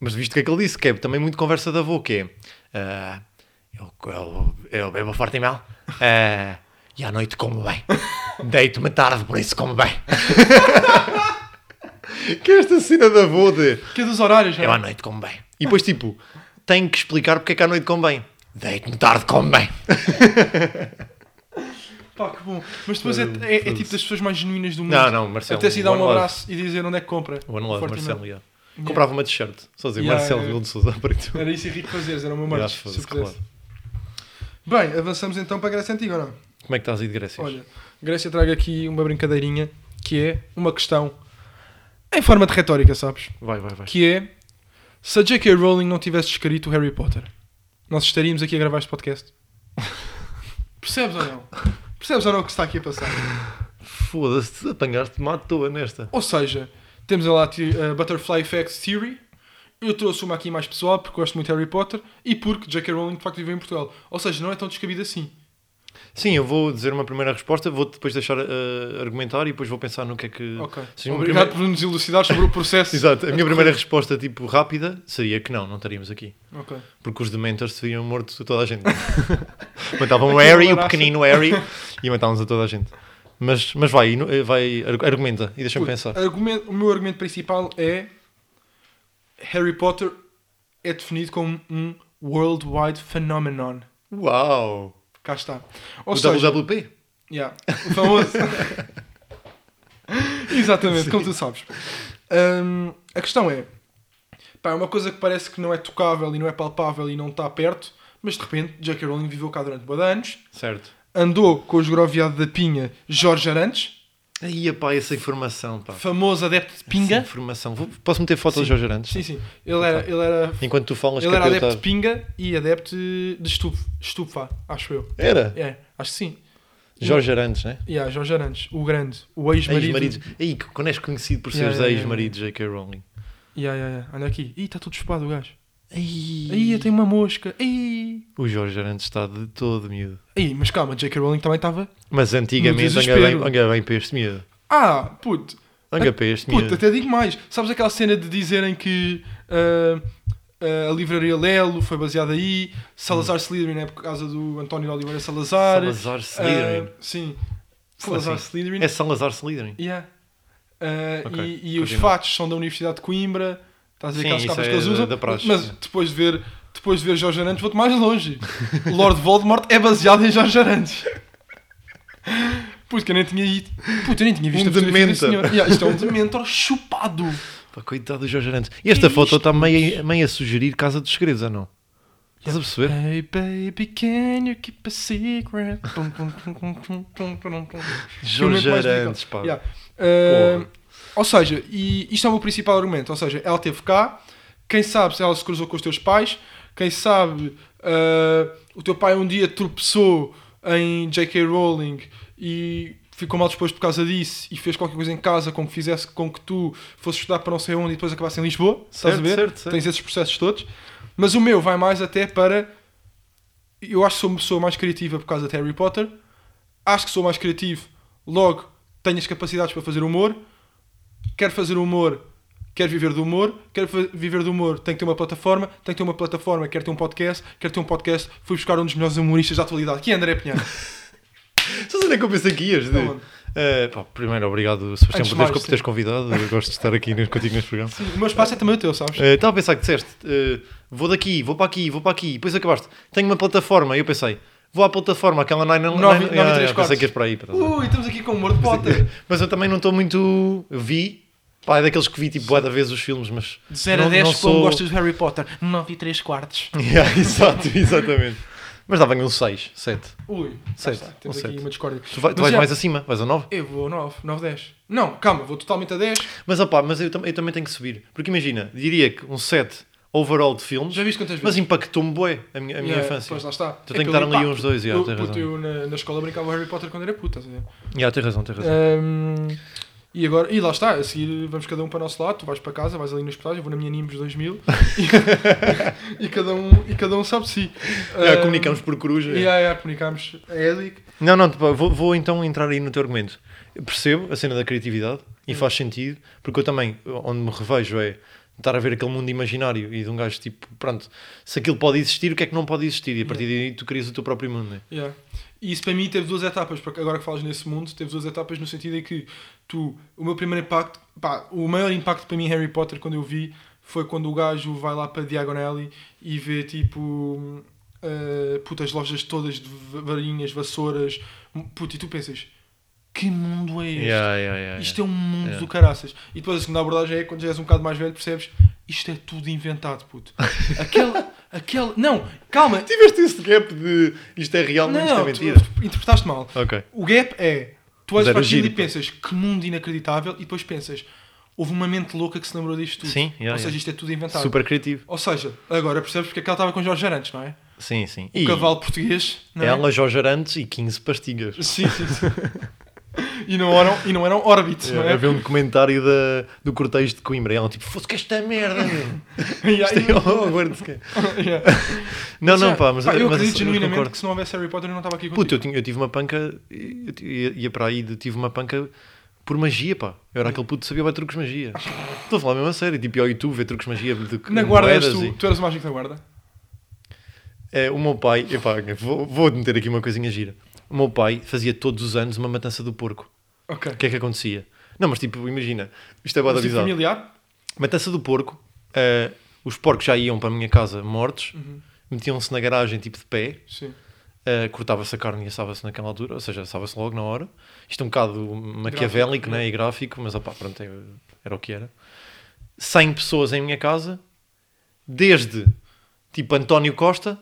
Speaker 2: Mas visto o que é que ele disse, que é também muito conversa da avô, que é. ah, eu, eu, eu bebo forte e mel. ah, e à noite como bem. Deito-me tarde, por isso como bem. que é esta cena da avô de.
Speaker 1: Que é dos horários, já.
Speaker 2: Eu à noite como bem. E depois, tipo, tenho que explicar porque é que à noite como bem. Deito-me tarde, como bem.
Speaker 1: Pá, que bom. Mas depois é, é- é tipo das pessoas mais genuínas do mundo.
Speaker 2: Não, não, Marcelo,
Speaker 1: Até se dar
Speaker 2: one
Speaker 1: um
Speaker 2: love.
Speaker 1: abraço e dizer onde é que compra.
Speaker 2: One Love,
Speaker 1: Fortimel.
Speaker 2: Marcelo, yeah. Comprava uma t-shirt. Só dizer
Speaker 1: Yeah,
Speaker 2: Marcelo
Speaker 1: yeah.
Speaker 2: Rebelo de Sousa preto.
Speaker 1: Era isso e rico fazeres, era o meu
Speaker 2: Yeah,
Speaker 1: merch. se
Speaker 2: foda-se,
Speaker 1: eu pudesse.
Speaker 2: claro.
Speaker 1: Bem, avançamos então para a Grécia Antiga, ou não?
Speaker 2: Como é que estás aí de Grécia?
Speaker 1: Olha, Grécia traga aqui uma brincadeirinha que é uma questão em forma de retórica, sabes?
Speaker 2: Vai, vai, vai.
Speaker 1: Que é se a J.K. Rowling não tivesse escrito Harry Potter, nós estaríamos aqui a gravar este podcast? Percebes ou não? Percebes ou não o que se está aqui a passar?
Speaker 2: Foda-se, apanhaste-me à toa nesta.
Speaker 1: Ou seja, temos lá a te- a Butterfly Effect Theory. Eu trouxe uma aqui mais pessoal porque gosto muito de Harry Potter e porque J.K. Rowling de facto viveu em Portugal. Ou seja, não é tão descabido assim.
Speaker 2: Sim, eu vou dizer uma primeira resposta, vou depois deixar eh, argumentar e depois vou pensar no que é que.
Speaker 1: Ok.
Speaker 2: Sim, uma
Speaker 1: Obrigado
Speaker 2: primeira-
Speaker 1: por nos elucidar sobre o processo.
Speaker 2: Exato, é a minha primeira resposta, tipo, rápida, seria que não, não estaríamos aqui.
Speaker 1: Ok.
Speaker 2: Porque os dementors seriam mortos a toda a gente. matavam o Harry, o
Speaker 1: abraço.
Speaker 2: pequenino Harry, e matávamos a toda a gente. Mas, mas vai, inu- eh, vai, argu- argumenta e deixa-me
Speaker 1: Puto,
Speaker 2: pensar.
Speaker 1: argumento- o meu argumento principal é Harry Potter é definido como um worldwide phenomenon.
Speaker 2: Uau!
Speaker 1: Cá está. Ou
Speaker 2: o
Speaker 1: seja,
Speaker 2: WP?
Speaker 1: yeah, o famoso. Exatamente, como tu sabes. Hum, a questão é, pá, é uma coisa que parece que não é tocável e não é palpável e não está perto, mas de repente J.K. Rowling viveu cá durante boa anos,
Speaker 2: Certo.
Speaker 1: andou com o esgroviado da pinha Jorge Arantes,
Speaker 2: Aí, pá, essa informação, pá.
Speaker 1: famoso adepto de
Speaker 2: Essa
Speaker 1: pinga.
Speaker 2: informação. Vou- posso meter fotos de Jorge Arantes?
Speaker 1: Sim, sim. Ele era, ele era
Speaker 2: Enquanto tu falas
Speaker 1: Ele
Speaker 2: que é
Speaker 1: era
Speaker 2: para eu
Speaker 1: adepto de
Speaker 2: estar-
Speaker 1: pinga e adepto de estufa, estufa acho eu.
Speaker 2: Era?
Speaker 1: É, acho que sim.
Speaker 2: Jorge Arantes, né?
Speaker 1: E há Jorge Arantes, o grande, o ex-marido.
Speaker 2: Ex-maridos. Aí, que- quando és conhecido por
Speaker 1: Yeah,
Speaker 2: seres
Speaker 1: yeah, yeah,
Speaker 2: ex-marido de J.K. Rowling.
Speaker 1: Ya, ya, ya. Olha aqui. Ih, está tudo chupado o gajo.
Speaker 2: Aí,
Speaker 1: Ih, tem uma mosca. Ih.
Speaker 2: O Jorge Arantes está de todo miúdo.
Speaker 1: Ih, mas calma, J.K. Rowling também estava.
Speaker 2: Mas antigamente,
Speaker 1: No
Speaker 2: anga bem,
Speaker 1: desespero.
Speaker 2: anga bem para este miúdo.
Speaker 1: Ah, puto.
Speaker 2: Anga para este
Speaker 1: Puto,
Speaker 2: miúdo.
Speaker 1: até digo mais. Sabes aquela cena de dizerem que ah, ah, a livraria Lelo foi baseada aí, Salazar Slytherin é por causa do António de Oliveira Salazar.
Speaker 2: Salazar Slytherin.
Speaker 1: Ah, sim.
Speaker 2: Como
Speaker 1: Salazar
Speaker 2: assim?
Speaker 1: Slytherin.
Speaker 2: É Salazar Slytherin.
Speaker 1: Yeah. Uh,
Speaker 2: Ok,
Speaker 1: e, e os
Speaker 2: continua.
Speaker 1: fatos são da Universidade de Coimbra. Estás a ver
Speaker 2: Sim,
Speaker 1: aquelas
Speaker 2: isso
Speaker 1: capas
Speaker 2: é
Speaker 1: que eles
Speaker 2: da-
Speaker 1: usam.
Speaker 2: da praxe,
Speaker 1: mas
Speaker 2: é.
Speaker 1: depois de ver, depois de ver Jorge Arantes, vou-te mais longe. Lord Voldemort é baseado em Jorge Arantes. Puto, que eu nem tinha ido. Puto, eu nem tinha visto
Speaker 2: Um
Speaker 1: a fotografia desse
Speaker 2: dementor.
Speaker 1: senhor. Yeah, isto é um dementor chupado.
Speaker 2: Pá, coitado do Jorge Arantes. E esta
Speaker 1: Que é
Speaker 2: foto
Speaker 1: isto,
Speaker 2: está meio, meio a sugerir Casa dos Segredos, ou não? Estás a perceber?
Speaker 5: Hey baby, can you keep a secret? Pum, pum, pum, pum, pum, pum, pum, pum.
Speaker 2: Jorge
Speaker 1: Filme mais musical.
Speaker 2: Arantes, pá.
Speaker 1: Yeah. Uh,
Speaker 2: Porra.
Speaker 1: ou seja, e isto é o meu principal argumento. Ou seja, ela teve cá. Quem sabe se ela se cruzou com os teus pais. Quem sabe uh, o teu pai um dia tropeçou em J.K. Rowling e ficou mal disposto por causa disso e fez qualquer coisa em casa com que fizesse com que tu fosses estudar para não sei onde e depois acabasse em Lisboa. estás a
Speaker 2: Certo,
Speaker 1: ver?
Speaker 2: certo, certo.
Speaker 1: Tens esses processos todos. Mas o meu vai mais até para eu acho que sou uma pessoa mais criativa por causa de Harry Potter. Acho que sou mais criativo, logo tenho as capacidades para fazer humor. Quero fazer humor, quero viver do humor. Quero fa- viver do humor, tenho que ter uma plataforma. Tenho que ter uma plataforma, quero ter um podcast. Quero ter um podcast. Fui buscar um dos melhores humoristas da atualidade, que é André Pinheiro.
Speaker 2: Sabes onde é que eu pensei que ias? Dude?
Speaker 1: Aonde?
Speaker 2: Eh, pá, primeiro, obrigado,
Speaker 1: Antes
Speaker 2: Sebastião, por
Speaker 1: de mais,
Speaker 2: teres, por teres convidado. Eu gosto de estar aqui neste- contigo neste programa.
Speaker 1: o meu espaço é também o teu, sabes?
Speaker 2: Eh, Estava a pensar que disseste: eh, vou daqui, vou para aqui, vou para aqui, e depois acabaste. Tenho uma plataforma. E eu pensei: vou à plataforma, aquela 9
Speaker 1: Nove- nove e três
Speaker 2: é, Ah, Pensei
Speaker 1: quartos. Uh.
Speaker 2: que ias para aí. estás a ver?
Speaker 1: Ui, estamos aqui com o humor de Potter.
Speaker 2: Mas eu também não estou muito. Vi. Pá, é daqueles que vi tipo bué da vez os filmes, mas.
Speaker 5: De 0 a
Speaker 2: não-
Speaker 5: 10,
Speaker 2: não
Speaker 5: como
Speaker 2: sou-
Speaker 5: gostas de Harry Potter? 9 e 3 quartos.
Speaker 2: Yeah, exato, exatamente. Mas dava um 6, 7.
Speaker 1: Ui,
Speaker 2: Certo,
Speaker 1: certo, temos
Speaker 2: um
Speaker 1: aqui
Speaker 2: certo.
Speaker 1: uma discórdia.
Speaker 2: Tu, vai-
Speaker 1: Mas
Speaker 2: tu vais
Speaker 1: já,
Speaker 2: mais acima, vais a 9.
Speaker 1: Eu vou a 9, 9, 10. Não, calma, vou totalmente a 10.
Speaker 2: Mas opá, mas eu, tam- eu também tenho que subir. Porque imagina, diria que um 7 overall de filmes.
Speaker 1: Já viste quantas vezes?
Speaker 2: Mas impactou-me bué a minha, a minha
Speaker 1: Yeah,
Speaker 2: infância.
Speaker 1: Pois lá está.
Speaker 2: Tu tem que
Speaker 1: pelo
Speaker 2: dar ali
Speaker 1: impacto.
Speaker 2: uns dois, yeah,
Speaker 1: eu,
Speaker 2: tens
Speaker 1: puto,
Speaker 2: razão.
Speaker 1: eu na, na escola brincava Harry Potter quando era puta, estás a ver?
Speaker 2: Yeah, tens razão, tens
Speaker 1: Eh,
Speaker 2: razão.
Speaker 1: Ahm, e agora, e lá está, a seguir vamos cada um para o nosso lado, tu vais para casa, vais ali no hospital, eu vou na minha Nimbus 2000 e, e cada um, e cada um sabe de si.
Speaker 2: Yeah,
Speaker 1: Ahm,
Speaker 2: É, comunicamos por coruja.
Speaker 1: Yeah, yeah, comunicamos É a Elic.
Speaker 2: Não, não, tipo, vou, vou então entrar aí no teu argumento. Eu percebo a cena da criatividade
Speaker 1: Uhum.
Speaker 2: e faz sentido, porque eu também, onde me revejo é estar a ver aquele mundo imaginário e de um gajo tipo, pronto, se aquilo pode existir, o que é que não pode existir? E a partir daí tu crias o teu próprio mundo, né?
Speaker 1: Yeah. E isso para mim teve duas etapas, porque agora que falas nesse mundo, teve duas etapas no sentido em que tu, o meu primeiro impacto, pá, o maior impacto para mim em Harry Potter quando eu vi foi quando o gajo vai lá para Diagon Alley e vê tipo uh, putas lojas todas de va- varinhas, vassouras, puto, e tu pensas, que mundo é este?
Speaker 2: Yeah, yeah, yeah,
Speaker 1: Isto é um mundo
Speaker 2: Yeah.
Speaker 1: do caraças. E depois a segunda abordagem é quando já és um bocado mais velho, percebes? Isto é tudo inventado, puto. Aquele. aquele. Não, calma.
Speaker 2: Tiveste esse gap de isto é real, mas isto é
Speaker 1: Não,
Speaker 2: mentira.
Speaker 1: tu interpretaste mal.
Speaker 2: Ok.
Speaker 1: O gap é. Tu olhas
Speaker 2: Zero
Speaker 1: para aquilo
Speaker 2: giro,
Speaker 1: e
Speaker 2: pá.
Speaker 1: pensas que mundo inacreditável, e depois pensas houve uma mente louca que se lembrou disto tudo.
Speaker 2: Sim, yeah,
Speaker 1: Ou seja,
Speaker 2: yeah.
Speaker 1: isto é tudo inventado.
Speaker 2: Super criativo.
Speaker 1: Ou seja, agora percebes porque é que ela estava com Jorge Arantes, não é?
Speaker 2: Sim, sim.
Speaker 1: O cavalo português. Não é?
Speaker 2: Ela, Jorge Arantes e 15 pastilhas.
Speaker 1: Sim, sim, sim. e, não eram, e não eram órbit, não é?
Speaker 2: Havia um documentário da, do cortejo de Coimbra. E ela, tipo, fosse que esta merda, meu.
Speaker 1: E aí-
Speaker 2: Isto é Hogwarts.
Speaker 1: Yeah.
Speaker 2: Não, Ah, não,
Speaker 1: Já.
Speaker 2: pá, mas,
Speaker 1: eu
Speaker 2: mas
Speaker 1: acredito
Speaker 2: eu
Speaker 1: genuinamente
Speaker 2: concordo.
Speaker 1: que se não houvesse Harry Potter eu não estava aqui contigo.
Speaker 2: Puta, eu, tinha- eu tive uma panca, eu ti- ia, ia para aí, de- tive uma panca por magia, pá. Eu era aquele puto que sabia bem truques de magia. Estou a falar mesmo a sério, tipo, ao YouTube, ver truques de magia. De, de
Speaker 1: na guarda eras
Speaker 2: moedas
Speaker 1: tu,
Speaker 2: e-
Speaker 1: tu eras o mágico da guarda.
Speaker 2: É, o meu pai, epá, vou, vou meter aqui uma coisinha gira. O meu pai fazia todos os anos uma matança do porco.
Speaker 1: Ok.
Speaker 2: O que é que acontecia? Não, mas tipo, imagina, isto é boa da
Speaker 1: Mas tipo
Speaker 2: bizarro.
Speaker 1: familiar?
Speaker 2: Matança do porco, eh, os porcos já iam para a minha casa mortos, metiam-se na garagem, tipo, de pé.
Speaker 1: Sim.
Speaker 2: Uh, cortava-se a carne e assava-se naquela altura, ou seja, assava-se logo na hora. Isto é um bocado maquiavélico né? e gráfico, mas opá, pronto, é- era o que era. 100 pessoas em minha casa, desde tipo António Costa,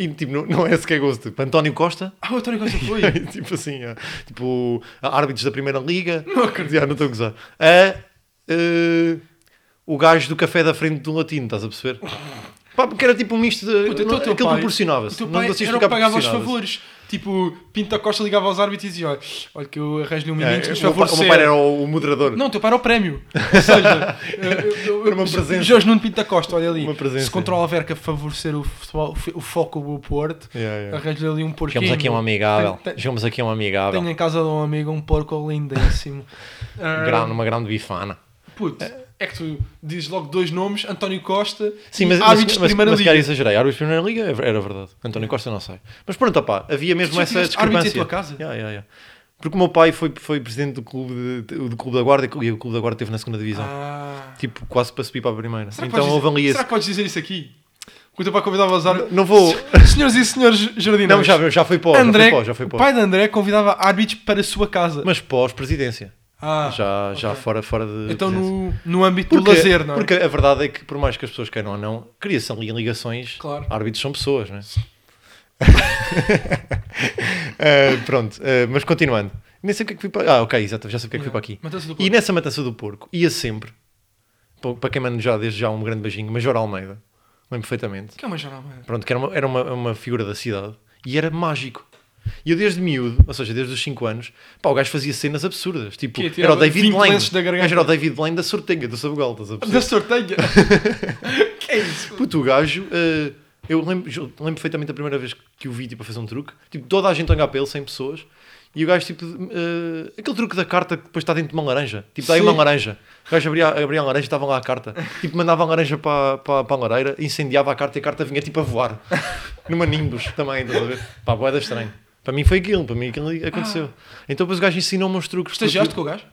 Speaker 2: e tipo, não, não é sequer gosto, tipo António Costa,
Speaker 1: Ah, o António Costa foi.
Speaker 2: tipo assim, ah, tipo árbitros da Primeira Liga,
Speaker 1: Não acredito.
Speaker 2: Já, não estou a gozar, a, eh, o gajo do café da frente do latino, estás a perceber? Pá, porque era tipo um misto de.
Speaker 1: Puta,
Speaker 2: não,
Speaker 1: então o teu
Speaker 2: aquilo
Speaker 1: pai-
Speaker 2: proporcionava-se.
Speaker 1: O teu
Speaker 2: não
Speaker 1: pai
Speaker 2: consigo
Speaker 1: era o que
Speaker 2: explicar
Speaker 1: pagava os
Speaker 2: proporcionava-se.
Speaker 1: favores. Tipo, Pinto da Costa ligava aos árbitros e dizia: Olha, olha que eu arranjo-lhe um
Speaker 2: É,
Speaker 1: menino,
Speaker 2: o,
Speaker 1: se
Speaker 2: meu pai, o meu
Speaker 1: favorecer.
Speaker 2: pai era o, o moderador.
Speaker 1: Não, o teu pai era o prémio. Ou seja, eh, eu- eu-
Speaker 2: Era uma
Speaker 1: eu-
Speaker 2: presença.
Speaker 1: Jorge Nuno Pinto da Costa, olha ali.
Speaker 2: Uma presença.
Speaker 1: Se controla a verca favorecer o, futebol, o foco do Porto,
Speaker 2: Yeah, yeah.
Speaker 1: arranjo-lhe ali um porquinho.
Speaker 2: Chegamos aqui a um amigável.
Speaker 1: Tem- tem-
Speaker 2: Chegamos aqui a um amigável.
Speaker 1: Tenho em casa de um amigo um porco lindíssimo. Ah,
Speaker 2: Um Grande- uma grande bifana.
Speaker 1: Puto, é que tu dizes logo dois nomes, António Costa
Speaker 2: Sim,
Speaker 1: e
Speaker 2: mas, mas,
Speaker 1: árbitros
Speaker 2: mas,
Speaker 1: de
Speaker 2: mas,
Speaker 1: primeira
Speaker 2: mas se
Speaker 1: liga.
Speaker 2: calhar exagerei. Árbitros de primeira liga é- era verdade. António Costa não sei. Mas pronto, opá, havia mesmo
Speaker 1: já
Speaker 2: essa
Speaker 1: tiveste árbitros
Speaker 2: discrepância.
Speaker 1: em tua casa?
Speaker 2: Yeah, yeah, yeah. Porque o meu pai foi, foi presidente do clube, de- do clube da Guarda e o clube da Guarda esteve na segunda divisão.
Speaker 1: Ah.
Speaker 2: Tipo, quase para subir para a primeira.
Speaker 1: Será que
Speaker 2: então
Speaker 1: podes
Speaker 2: houve ali
Speaker 1: dizer,
Speaker 2: esse.
Speaker 1: será que podes dizer isso aqui? Que o teu pai convidava os árbitros.
Speaker 2: Não vou.
Speaker 1: Senhoras e senhores jardineiros.
Speaker 2: Não, já, já foi pós.
Speaker 1: André,
Speaker 2: já foi pós. Já foi
Speaker 1: o
Speaker 2: pós.
Speaker 1: pai de André convidava árbitros para a sua casa.
Speaker 2: Mas pós-presidência.
Speaker 1: Ah,
Speaker 2: já, já fora, fora de.
Speaker 1: então
Speaker 2: presença.
Speaker 1: no, no âmbito do
Speaker 2: Porque-
Speaker 1: lazer, não é?
Speaker 2: Porque a verdade é que, por mais que as pessoas queiram ou não, cria-se ali ligações.
Speaker 1: Claro.
Speaker 2: Árbitros são pessoas, não é? Ah, pronto, ah, mas continuando. Nem sei o que é que fui para. Ah, ok, exato, já sei o que é que fui para aqui.
Speaker 1: Matança do
Speaker 2: E
Speaker 1: Porco.
Speaker 2: nessa matança do porco, ia sempre, pa- para quem manda já desde já um grande beijinho, Major Almeida, lembro perfeitamente.
Speaker 1: Que é uma jornada.
Speaker 2: Pronto, que era, uma, era uma, uma figura da cidade e era mágico. E eu desde miúdo, ou seja, desde os 5 anos, pá, o gajo fazia cenas absurdas. Tipo,
Speaker 1: Que é,
Speaker 2: era
Speaker 1: tirava
Speaker 2: o David
Speaker 1: 20
Speaker 2: Blaine.
Speaker 1: lenços da
Speaker 2: O gajo
Speaker 1: garganta.
Speaker 2: era o David Blaine da sortenga, do Sabugal, estás a
Speaker 1: Da
Speaker 2: perceber?
Speaker 1: sorteia. que é isso?
Speaker 2: Puto, o gajo, eh, eu lembro, ju- lembro perfeitamente a primeira vez que o vi tipo, a fazer um truque. Tipo, toda a gente a olhar para ele, 100 pessoas. E o gajo, tipo, eh, aquele truque da carta que depois está dentro de uma laranja. Tipo, dá aí uma
Speaker 1: Sim.
Speaker 2: laranja. O gajo abria, abria a laranja e estava lá a carta. Tipo, mandava a laranja para, para, para a lareira, incendiava a carta e a carta vinha tipo a voar. Numa Nimbus também, estás a ver? Pá, boeda estranho. Para mim foi aquilo, para mim aquilo aconteceu. Então depois o gajo ensinou-me uns truques.
Speaker 1: Ah. Estagiaste com o gajo?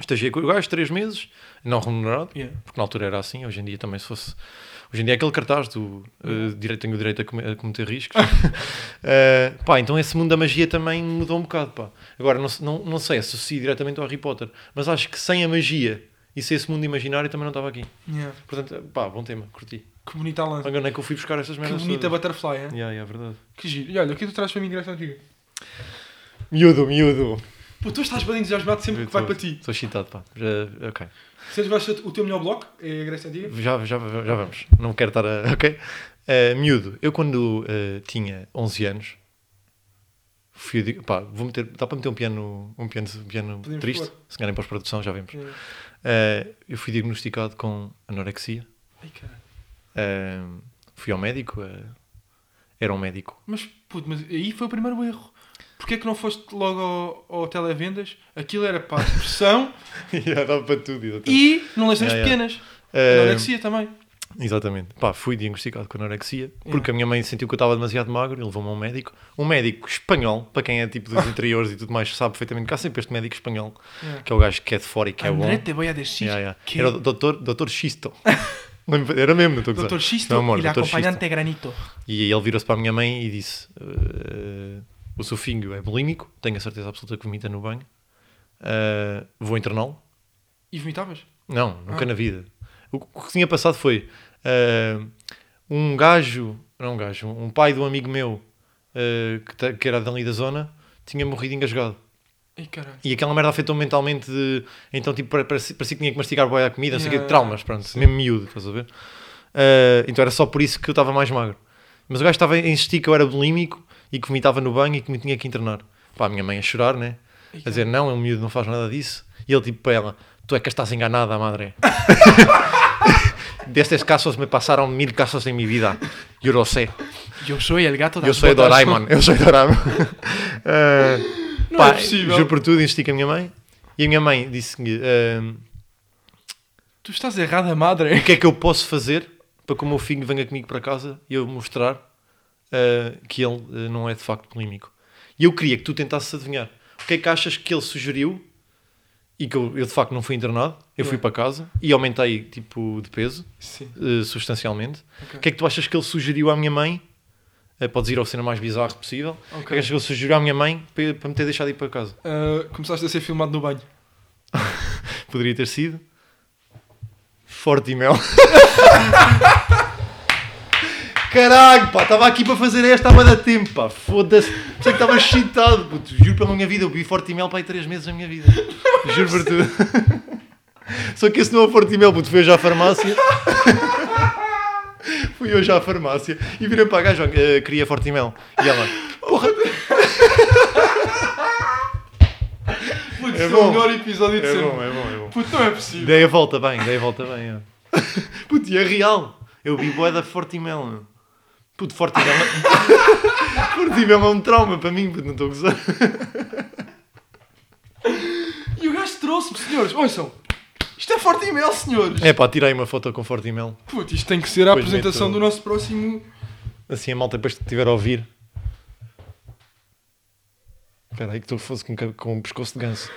Speaker 2: Estagiei com o gajo três meses, não remunerado,
Speaker 1: Yeah.
Speaker 2: porque na altura era assim, hoje em dia também se fosse. Hoje em dia é aquele cartaz do eh, direito, tenho o direito a, come- a cometer riscos. Eh, pá, então esse mundo da magia também mudou um bocado. Pá. Agora, não, se- não, não sei, associo diretamente ao Harry Potter, mas acho que sem a magia e sem esse mundo imaginário também não estava aqui.
Speaker 1: Yeah.
Speaker 2: Portanto, eh, pá, bom tema, curti.
Speaker 1: Que bonita a lança.
Speaker 2: Olha, onde é que eu fui buscar estas
Speaker 1: Que
Speaker 2: merdas?
Speaker 1: bonita
Speaker 2: todas?
Speaker 1: butterfly, hein?
Speaker 2: Yeah, yeah, é verdade.
Speaker 1: Que giro. E olha, o que tu trazes para mim graça antiga?
Speaker 2: Miúdo, miúdo.
Speaker 1: Pô, tu estás bem entusiasmado sempre que vai para ti.
Speaker 2: Estou excitado, pá. Já, ok.
Speaker 1: Sentes vais ser o teu melhor bloco? É a Grécia Antiga?
Speaker 2: já, já, já vamos. Não quero estar a. Ok? Eh, miúdo, eu quando eh, tinha 11 anos. Fui, de- pá, vou meter, dá para meter um piano, um piano, um piano
Speaker 1: Podemos
Speaker 2: triste?
Speaker 1: pôr.
Speaker 2: Se ganharem para produção, já vemos.
Speaker 1: É.
Speaker 2: Eh, eu fui diagnosticado com anorexia.
Speaker 1: Ai, cara.
Speaker 2: Eh, fui ao médico. eh, era um médico.
Speaker 1: Mas, puto, mas aí foi o primeiro erro. Porquê é que não foste logo ao, ao televendas? Aquilo era para a depressão
Speaker 2: Já dá para tudo. exatamente.
Speaker 1: e não nas
Speaker 2: Yeah, yeah.
Speaker 1: pequenas.
Speaker 2: Eh,
Speaker 1: Anorexia também.
Speaker 2: Exatamente. Pá, fui diagnosticado com anorexia porque a minha mãe sentiu que eu estava demasiado magro e levou-me a um médico. Um médico espanhol, para quem é tipo dos interiores e tudo mais, sabe perfeitamente que há sempre este médico espanhol,
Speaker 1: Yeah.
Speaker 2: que é o gajo que é de fora e que é bom.
Speaker 1: André te voy a decir
Speaker 2: Yeah, yeah.
Speaker 1: que
Speaker 2: Era o doutor, doutor Xisto. Lembro- Era mesmo, não estou a gozar.
Speaker 1: Dr. Xisto
Speaker 2: Não, amor,
Speaker 1: e la
Speaker 2: Dr. Xisto.
Speaker 1: acompanhante é Granito.
Speaker 2: E ele virou-se para a minha mãe e disse: "Eh, O seu filho é bulímico, tenho a certeza absoluta que vomita no banho, Eh, vou interná-lo.
Speaker 1: E vomitavas?
Speaker 2: Não, nunca na vida. O que- o que tinha passado foi ah, um gajo, não um gajo, um pai de um amigo meu ah, que, ta- que era dali da zona tinha morrido engasgado.
Speaker 1: Ai, caralho.
Speaker 2: E aquela merda afetou mentalmente de. Então, tipo, pare- parecia, parecia que tinha que mastigar boia a comida, não sei o quê,
Speaker 1: Yeah.
Speaker 2: traumas, pronto, mesmo miúdo, estás a ver? Ah, então era só por isso que eu estava mais magro. Mas o gajo estava a insistir que eu era bulímico e que vomitava no banho e que me tinha que internar. Pá, a minha mãe a chorar, né? A dizer, não, é um miúdo, não faz nada disso. E ele, tipo, para ela, tu é que estás enganada, madre. Destes casos me passaram mil casos em minha vida. Eu lo sé.
Speaker 1: Eu sou el gato da
Speaker 2: Eu sou Doraemon. Eu sou Doraemon. Eh,
Speaker 1: Não
Speaker 2: pá,
Speaker 1: é possível.
Speaker 2: Juro por tudo, insisti com a minha mãe. E a minha mãe disse-me: ehm,
Speaker 1: Tu estás errada, madre.
Speaker 2: O que é que eu posso fazer para que o meu filho venha comigo para casa e eu mostrar eh, que ele eh, não é de facto polêmico? E eu queria que tu tentasses adivinhar. O que é que achas que ele sugeriu e que eu, eu de facto não fui internado? Eu fui
Speaker 1: Yeah.
Speaker 2: para casa e aumentei tipo de peso
Speaker 1: Sim.
Speaker 2: eh, substancialmente.
Speaker 1: Ok.
Speaker 2: O que é que tu achas que ele sugeriu à minha mãe? Eh, podes ir ao cena mais bizarro possível. O que é que achas que ele sugeriu à minha mãe para, para me ter deixado ir para casa?
Speaker 1: Ah, começaste a ser filmado no banho.
Speaker 2: Poderia ter sido. Forte e mel. Caralho, pá, estava aqui para fazer esta, estava da tempo, pá. Foda-se. Sei que estava excitado, puto. Juro pela minha vida, eu bebi forte e mel para aí 3 meses na minha vida. Juro por tudo. Só que esse não é o forte e mel, puto. Fui hoje à farmácia. Fui hoje à farmácia e virei para a gaja, eh, queria forte e mel. E ela, porra,
Speaker 1: Putz,
Speaker 2: É
Speaker 1: é
Speaker 2: bom.
Speaker 1: o melhor episódio de
Speaker 2: é
Speaker 1: sempre.
Speaker 2: bom, é bom, é bom.
Speaker 1: Puto, não é possível.
Speaker 2: Dei a volta bem, dei a volta bem. É. Puto, e é real. Eu vi boé da Fortimel. meu. Puto, Fortimel. é- Fortimel é um trauma para mim, puto, não estou a gozar.
Speaker 1: E o gajo trouxe-me, senhores. Ouçam. Isto é forte e-mail, senhores.
Speaker 2: É pá, tirei uma foto com Fortimel.
Speaker 1: Puto, isto tem que ser a
Speaker 2: Pois
Speaker 1: apresentação
Speaker 2: meto-
Speaker 1: do nosso próximo...
Speaker 2: Assim a malta depois que estiver a ouvir. Espera aí que tu fosse com, ca- com um pescoço de ganso.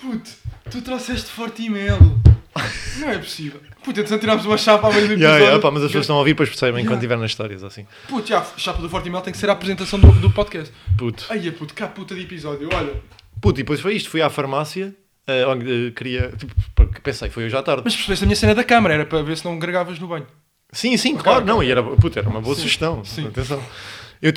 Speaker 1: Puto, tu trouxeste forte e-mail. Não é possível. Puto, antes tirámos uma chapa à meio do episódio.
Speaker 2: Yeah, yeah, pá, mas as pessoas estão a ouvir depois percebem quando estiver nas histórias assim.
Speaker 1: Puto, já, a chapa do forte e-mail tem que ser a apresentação do, do podcast.
Speaker 2: Puto,
Speaker 1: Ai, é puto, cá puta de episódio, olha.
Speaker 2: Puto, e depois foi isto. Fui à farmácia, eh, onde eh, queria. Tipo, porque pensei, foi hoje à tarde.
Speaker 5: Mas
Speaker 1: Percebeste a minha cena da câmara, era para ver se não gregavas no banho.
Speaker 2: Sim, sim, claro, não, e era, puto, era uma boa sugestão. Atenção. Eu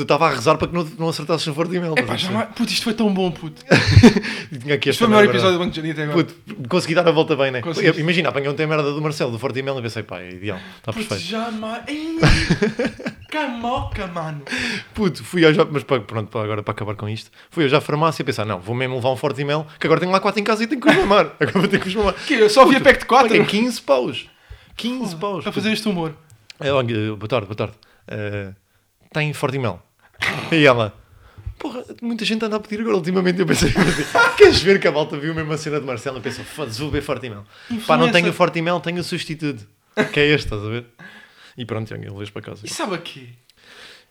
Speaker 2: estava a rezar para que não, não acertasse o favor de e-mail.
Speaker 1: Epá, já vai- Puto, isto foi tão bom, puto.
Speaker 2: Tinha aqui
Speaker 1: Isto foi o melhor episódio do Banco de Jardim até agora.
Speaker 2: é Puto, consegui dar a volta bem, né?
Speaker 1: Conseguiste.
Speaker 2: Imagina, apanhei ontem a merda do Marcelo, do Forte Mel, e pensei, pá, é ideal, está
Speaker 5: Putz,
Speaker 2: perfeito.
Speaker 5: jamais. Ei, Camoca, mano.
Speaker 2: Puto, fui eu já, mas pá, pronto, pá, agora para acabar com isto, fui eu já à farmácia a pensar, não, vou mesmo levar um Forte Mel, que agora tenho lá 4 em casa e tenho que os mamar. Agora vou ter que os mamar.
Speaker 1: Que, eu só via pack de Então 4
Speaker 2: Paguei 15 paus. 15 paus.
Speaker 1: para fazer este humor.
Speaker 2: Eh, olha, eh, boa tarde, boa tarde. Eh, tem Fortimel. E ela, porra, muita gente anda a pedir agora ultimamente. Eu pensei, queres ver que a malta viu mesmo a cena de Marcelo e pensou, foda-se, vou ver Fortimel. Pá, não
Speaker 5: Influencer.
Speaker 2: tenho o Fortimel, tenho o substituto. Que é este, estás a ver? E pronto, ele lês para casa.
Speaker 5: E sabe o quê?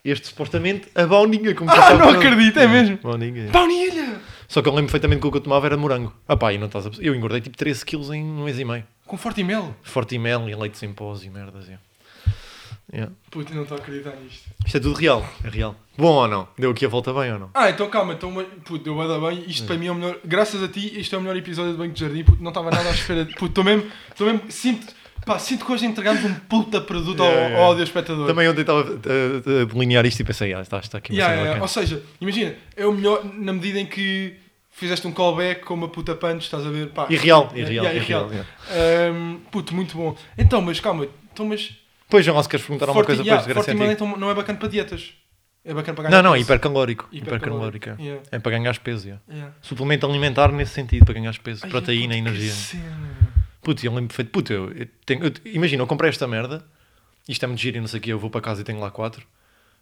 Speaker 2: Este supostamente a Bauninha. Como
Speaker 5: Ah, não acredito, é mesmo?
Speaker 2: Bauninha.
Speaker 5: Baunilha!
Speaker 2: Só que eu lembro perfeitamente que o que eu tomava era morango. Ah pá, e não estás a... Eu engordei tipo 13 quilos em um mês e meio.
Speaker 5: Com forte mel.
Speaker 2: Fortimel e leite sem pós e merdas. Yeah. Yeah.
Speaker 1: Puto, eu não estou a acreditar nisto.
Speaker 2: Isto é tudo real. É real. Bom ou não? Deu aqui a volta bem ou não?
Speaker 1: Ah, então calma, então, puto, deu bué da bem. Isto para mim é o melhor. Graças a ti, isto é o melhor episódio do Banco de Jardim. Puto, não estava nada à espera. de- Puto, estou mesmo, estou mesmo. Sinto, pá, sinto que hoje entregamos um puta produto ao,
Speaker 2: Yeah, yeah.
Speaker 1: ao audio espectador.
Speaker 2: Também ontem estava a, a- a delinear isto e pensei, ah, está, está aqui uma
Speaker 1: Yeah,
Speaker 2: cena
Speaker 1: yeah, Ou
Speaker 2: bacana.
Speaker 1: seja, imagina, é o melhor na medida em que fizeste um callback com uma puta punch, estás a ver? Pá,
Speaker 2: E real, e
Speaker 1: Yeah,
Speaker 2: real,
Speaker 1: yeah,
Speaker 2: e real,
Speaker 1: Ahm, puto, muito bom. Então, mas calma, então, mas.
Speaker 2: Pois, João, se queres perguntar alguma
Speaker 1: Forti-
Speaker 2: coisa para
Speaker 1: yeah,
Speaker 2: yeah,
Speaker 1: Fortimal,
Speaker 2: sentido?
Speaker 1: então, não é bacana para dietas. É bacana para ganhar.
Speaker 2: tipo, Não, não, é
Speaker 1: peso.
Speaker 2: hipercalórico.
Speaker 1: Hipercalórico.
Speaker 2: Hipercalórico, é.
Speaker 1: Yeah.
Speaker 2: É para ganhar peso, yeah.
Speaker 1: Yeah.
Speaker 2: Suplemento alimentar nesse sentido, para ganhar peso.
Speaker 1: Ai,
Speaker 2: Proteína,
Speaker 1: puto, que
Speaker 2: energia.
Speaker 1: cena.
Speaker 2: Puto, eu lembro perfeito. Puto, eu, eu tenho- eu- imagina, eu comprei esta merda, isto é muito giro e não sei o que, eu vou para casa e tenho lá quatro.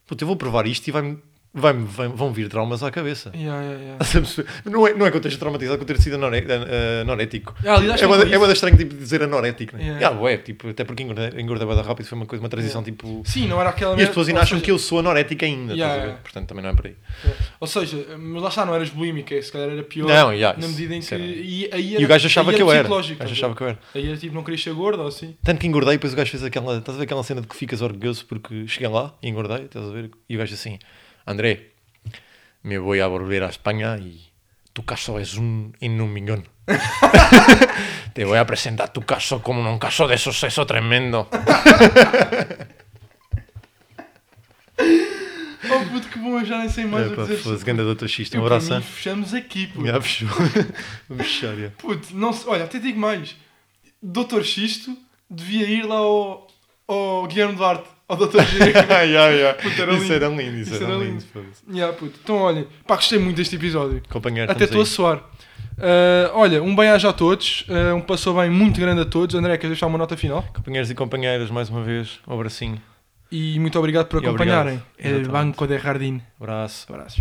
Speaker 2: Puto, eu vou provar isto e vai-me, vai-me, vai- vão vir traumas à cabeça.
Speaker 1: Yeah, yeah, yeah.
Speaker 2: Sabes? Não é, não é que eu esteja traumatizado com ter sido anore- an- anorético.
Speaker 1: Ah, lidaste bem com
Speaker 2: é uma, é
Speaker 1: isso.
Speaker 2: uma das estranho tipo, dizer anorético, né?
Speaker 1: Yeah.
Speaker 2: Ah, ué, tipo, até porque engorda, engorda bué da rápido foi uma coisa, uma transição tipo.
Speaker 1: Sim, não era aquela
Speaker 2: E as pessoas ainda acham
Speaker 1: que
Speaker 2: que eu sou anorético
Speaker 1: Yeah,
Speaker 2: ainda, estás a ver?
Speaker 1: yeah.
Speaker 2: Portanto, também não é por aí.
Speaker 1: Ou seja, mas lá está, não eras bulímica, se calhar era pior.
Speaker 2: Não, yeah,
Speaker 1: na
Speaker 2: isso-
Speaker 1: medida em
Speaker 2: isso
Speaker 1: que.
Speaker 2: era-
Speaker 1: E, aí
Speaker 2: E o gajo achava
Speaker 1: aí
Speaker 2: que eu era. O
Speaker 1: psicológico, estás
Speaker 2: gajo
Speaker 1: a
Speaker 2: achava
Speaker 1: ver?
Speaker 2: que eu era.
Speaker 1: Aí era tipo, não querias ser gordo ou assim.
Speaker 2: Tanto que engordei, depois o gajo fez aquela. Estás a ver aquela cena de que ficas orgulhoso porque cheguei lá e engordei, estás a ver? E o gajo assim, André, me vou a volver à Espanha e tu caso és um em um milhão. Te voy a presentar tu caso como um caso de sucesso tremendo.
Speaker 5: Oh, puto, que bom, eu já nem sei mais o que dizer.
Speaker 2: É, Foda-se, ganda doutor X, um
Speaker 5: Eu, para
Speaker 2: abraço.
Speaker 5: mim, fechamos aqui, puto.
Speaker 2: Já fechou. Vamos fechar, já.
Speaker 1: Puto, não se- olha, até digo mais. Dr. Xisto devia ir lá ao, ao Guilherme Duarte, ao Dr. G.
Speaker 2: Ai, ai, ai.
Speaker 1: Puta, era
Speaker 2: Isso
Speaker 1: lindo.
Speaker 2: era lindo, isso
Speaker 1: Isso
Speaker 2: era
Speaker 1: era
Speaker 2: lindo.
Speaker 1: lindo.
Speaker 2: foda-se.
Speaker 1: yeah, puto. Então, olha, pá, gostei muito deste episódio.
Speaker 2: Companheiro,
Speaker 1: Até estou a
Speaker 2: estamos aí.
Speaker 1: suar. Ah, olha, um bem-aja a todos, ah, um passou bem muito grande a todos. André, queres deixar uma nota final?
Speaker 2: Companheiros e companheiras, mais uma vez, um abracinho.
Speaker 1: E muito obrigado por
Speaker 2: E obrigado.
Speaker 1: acompanharem. É
Speaker 2: Exatamente.
Speaker 1: Banco de Jardim.
Speaker 2: Abraço.
Speaker 1: Abraços.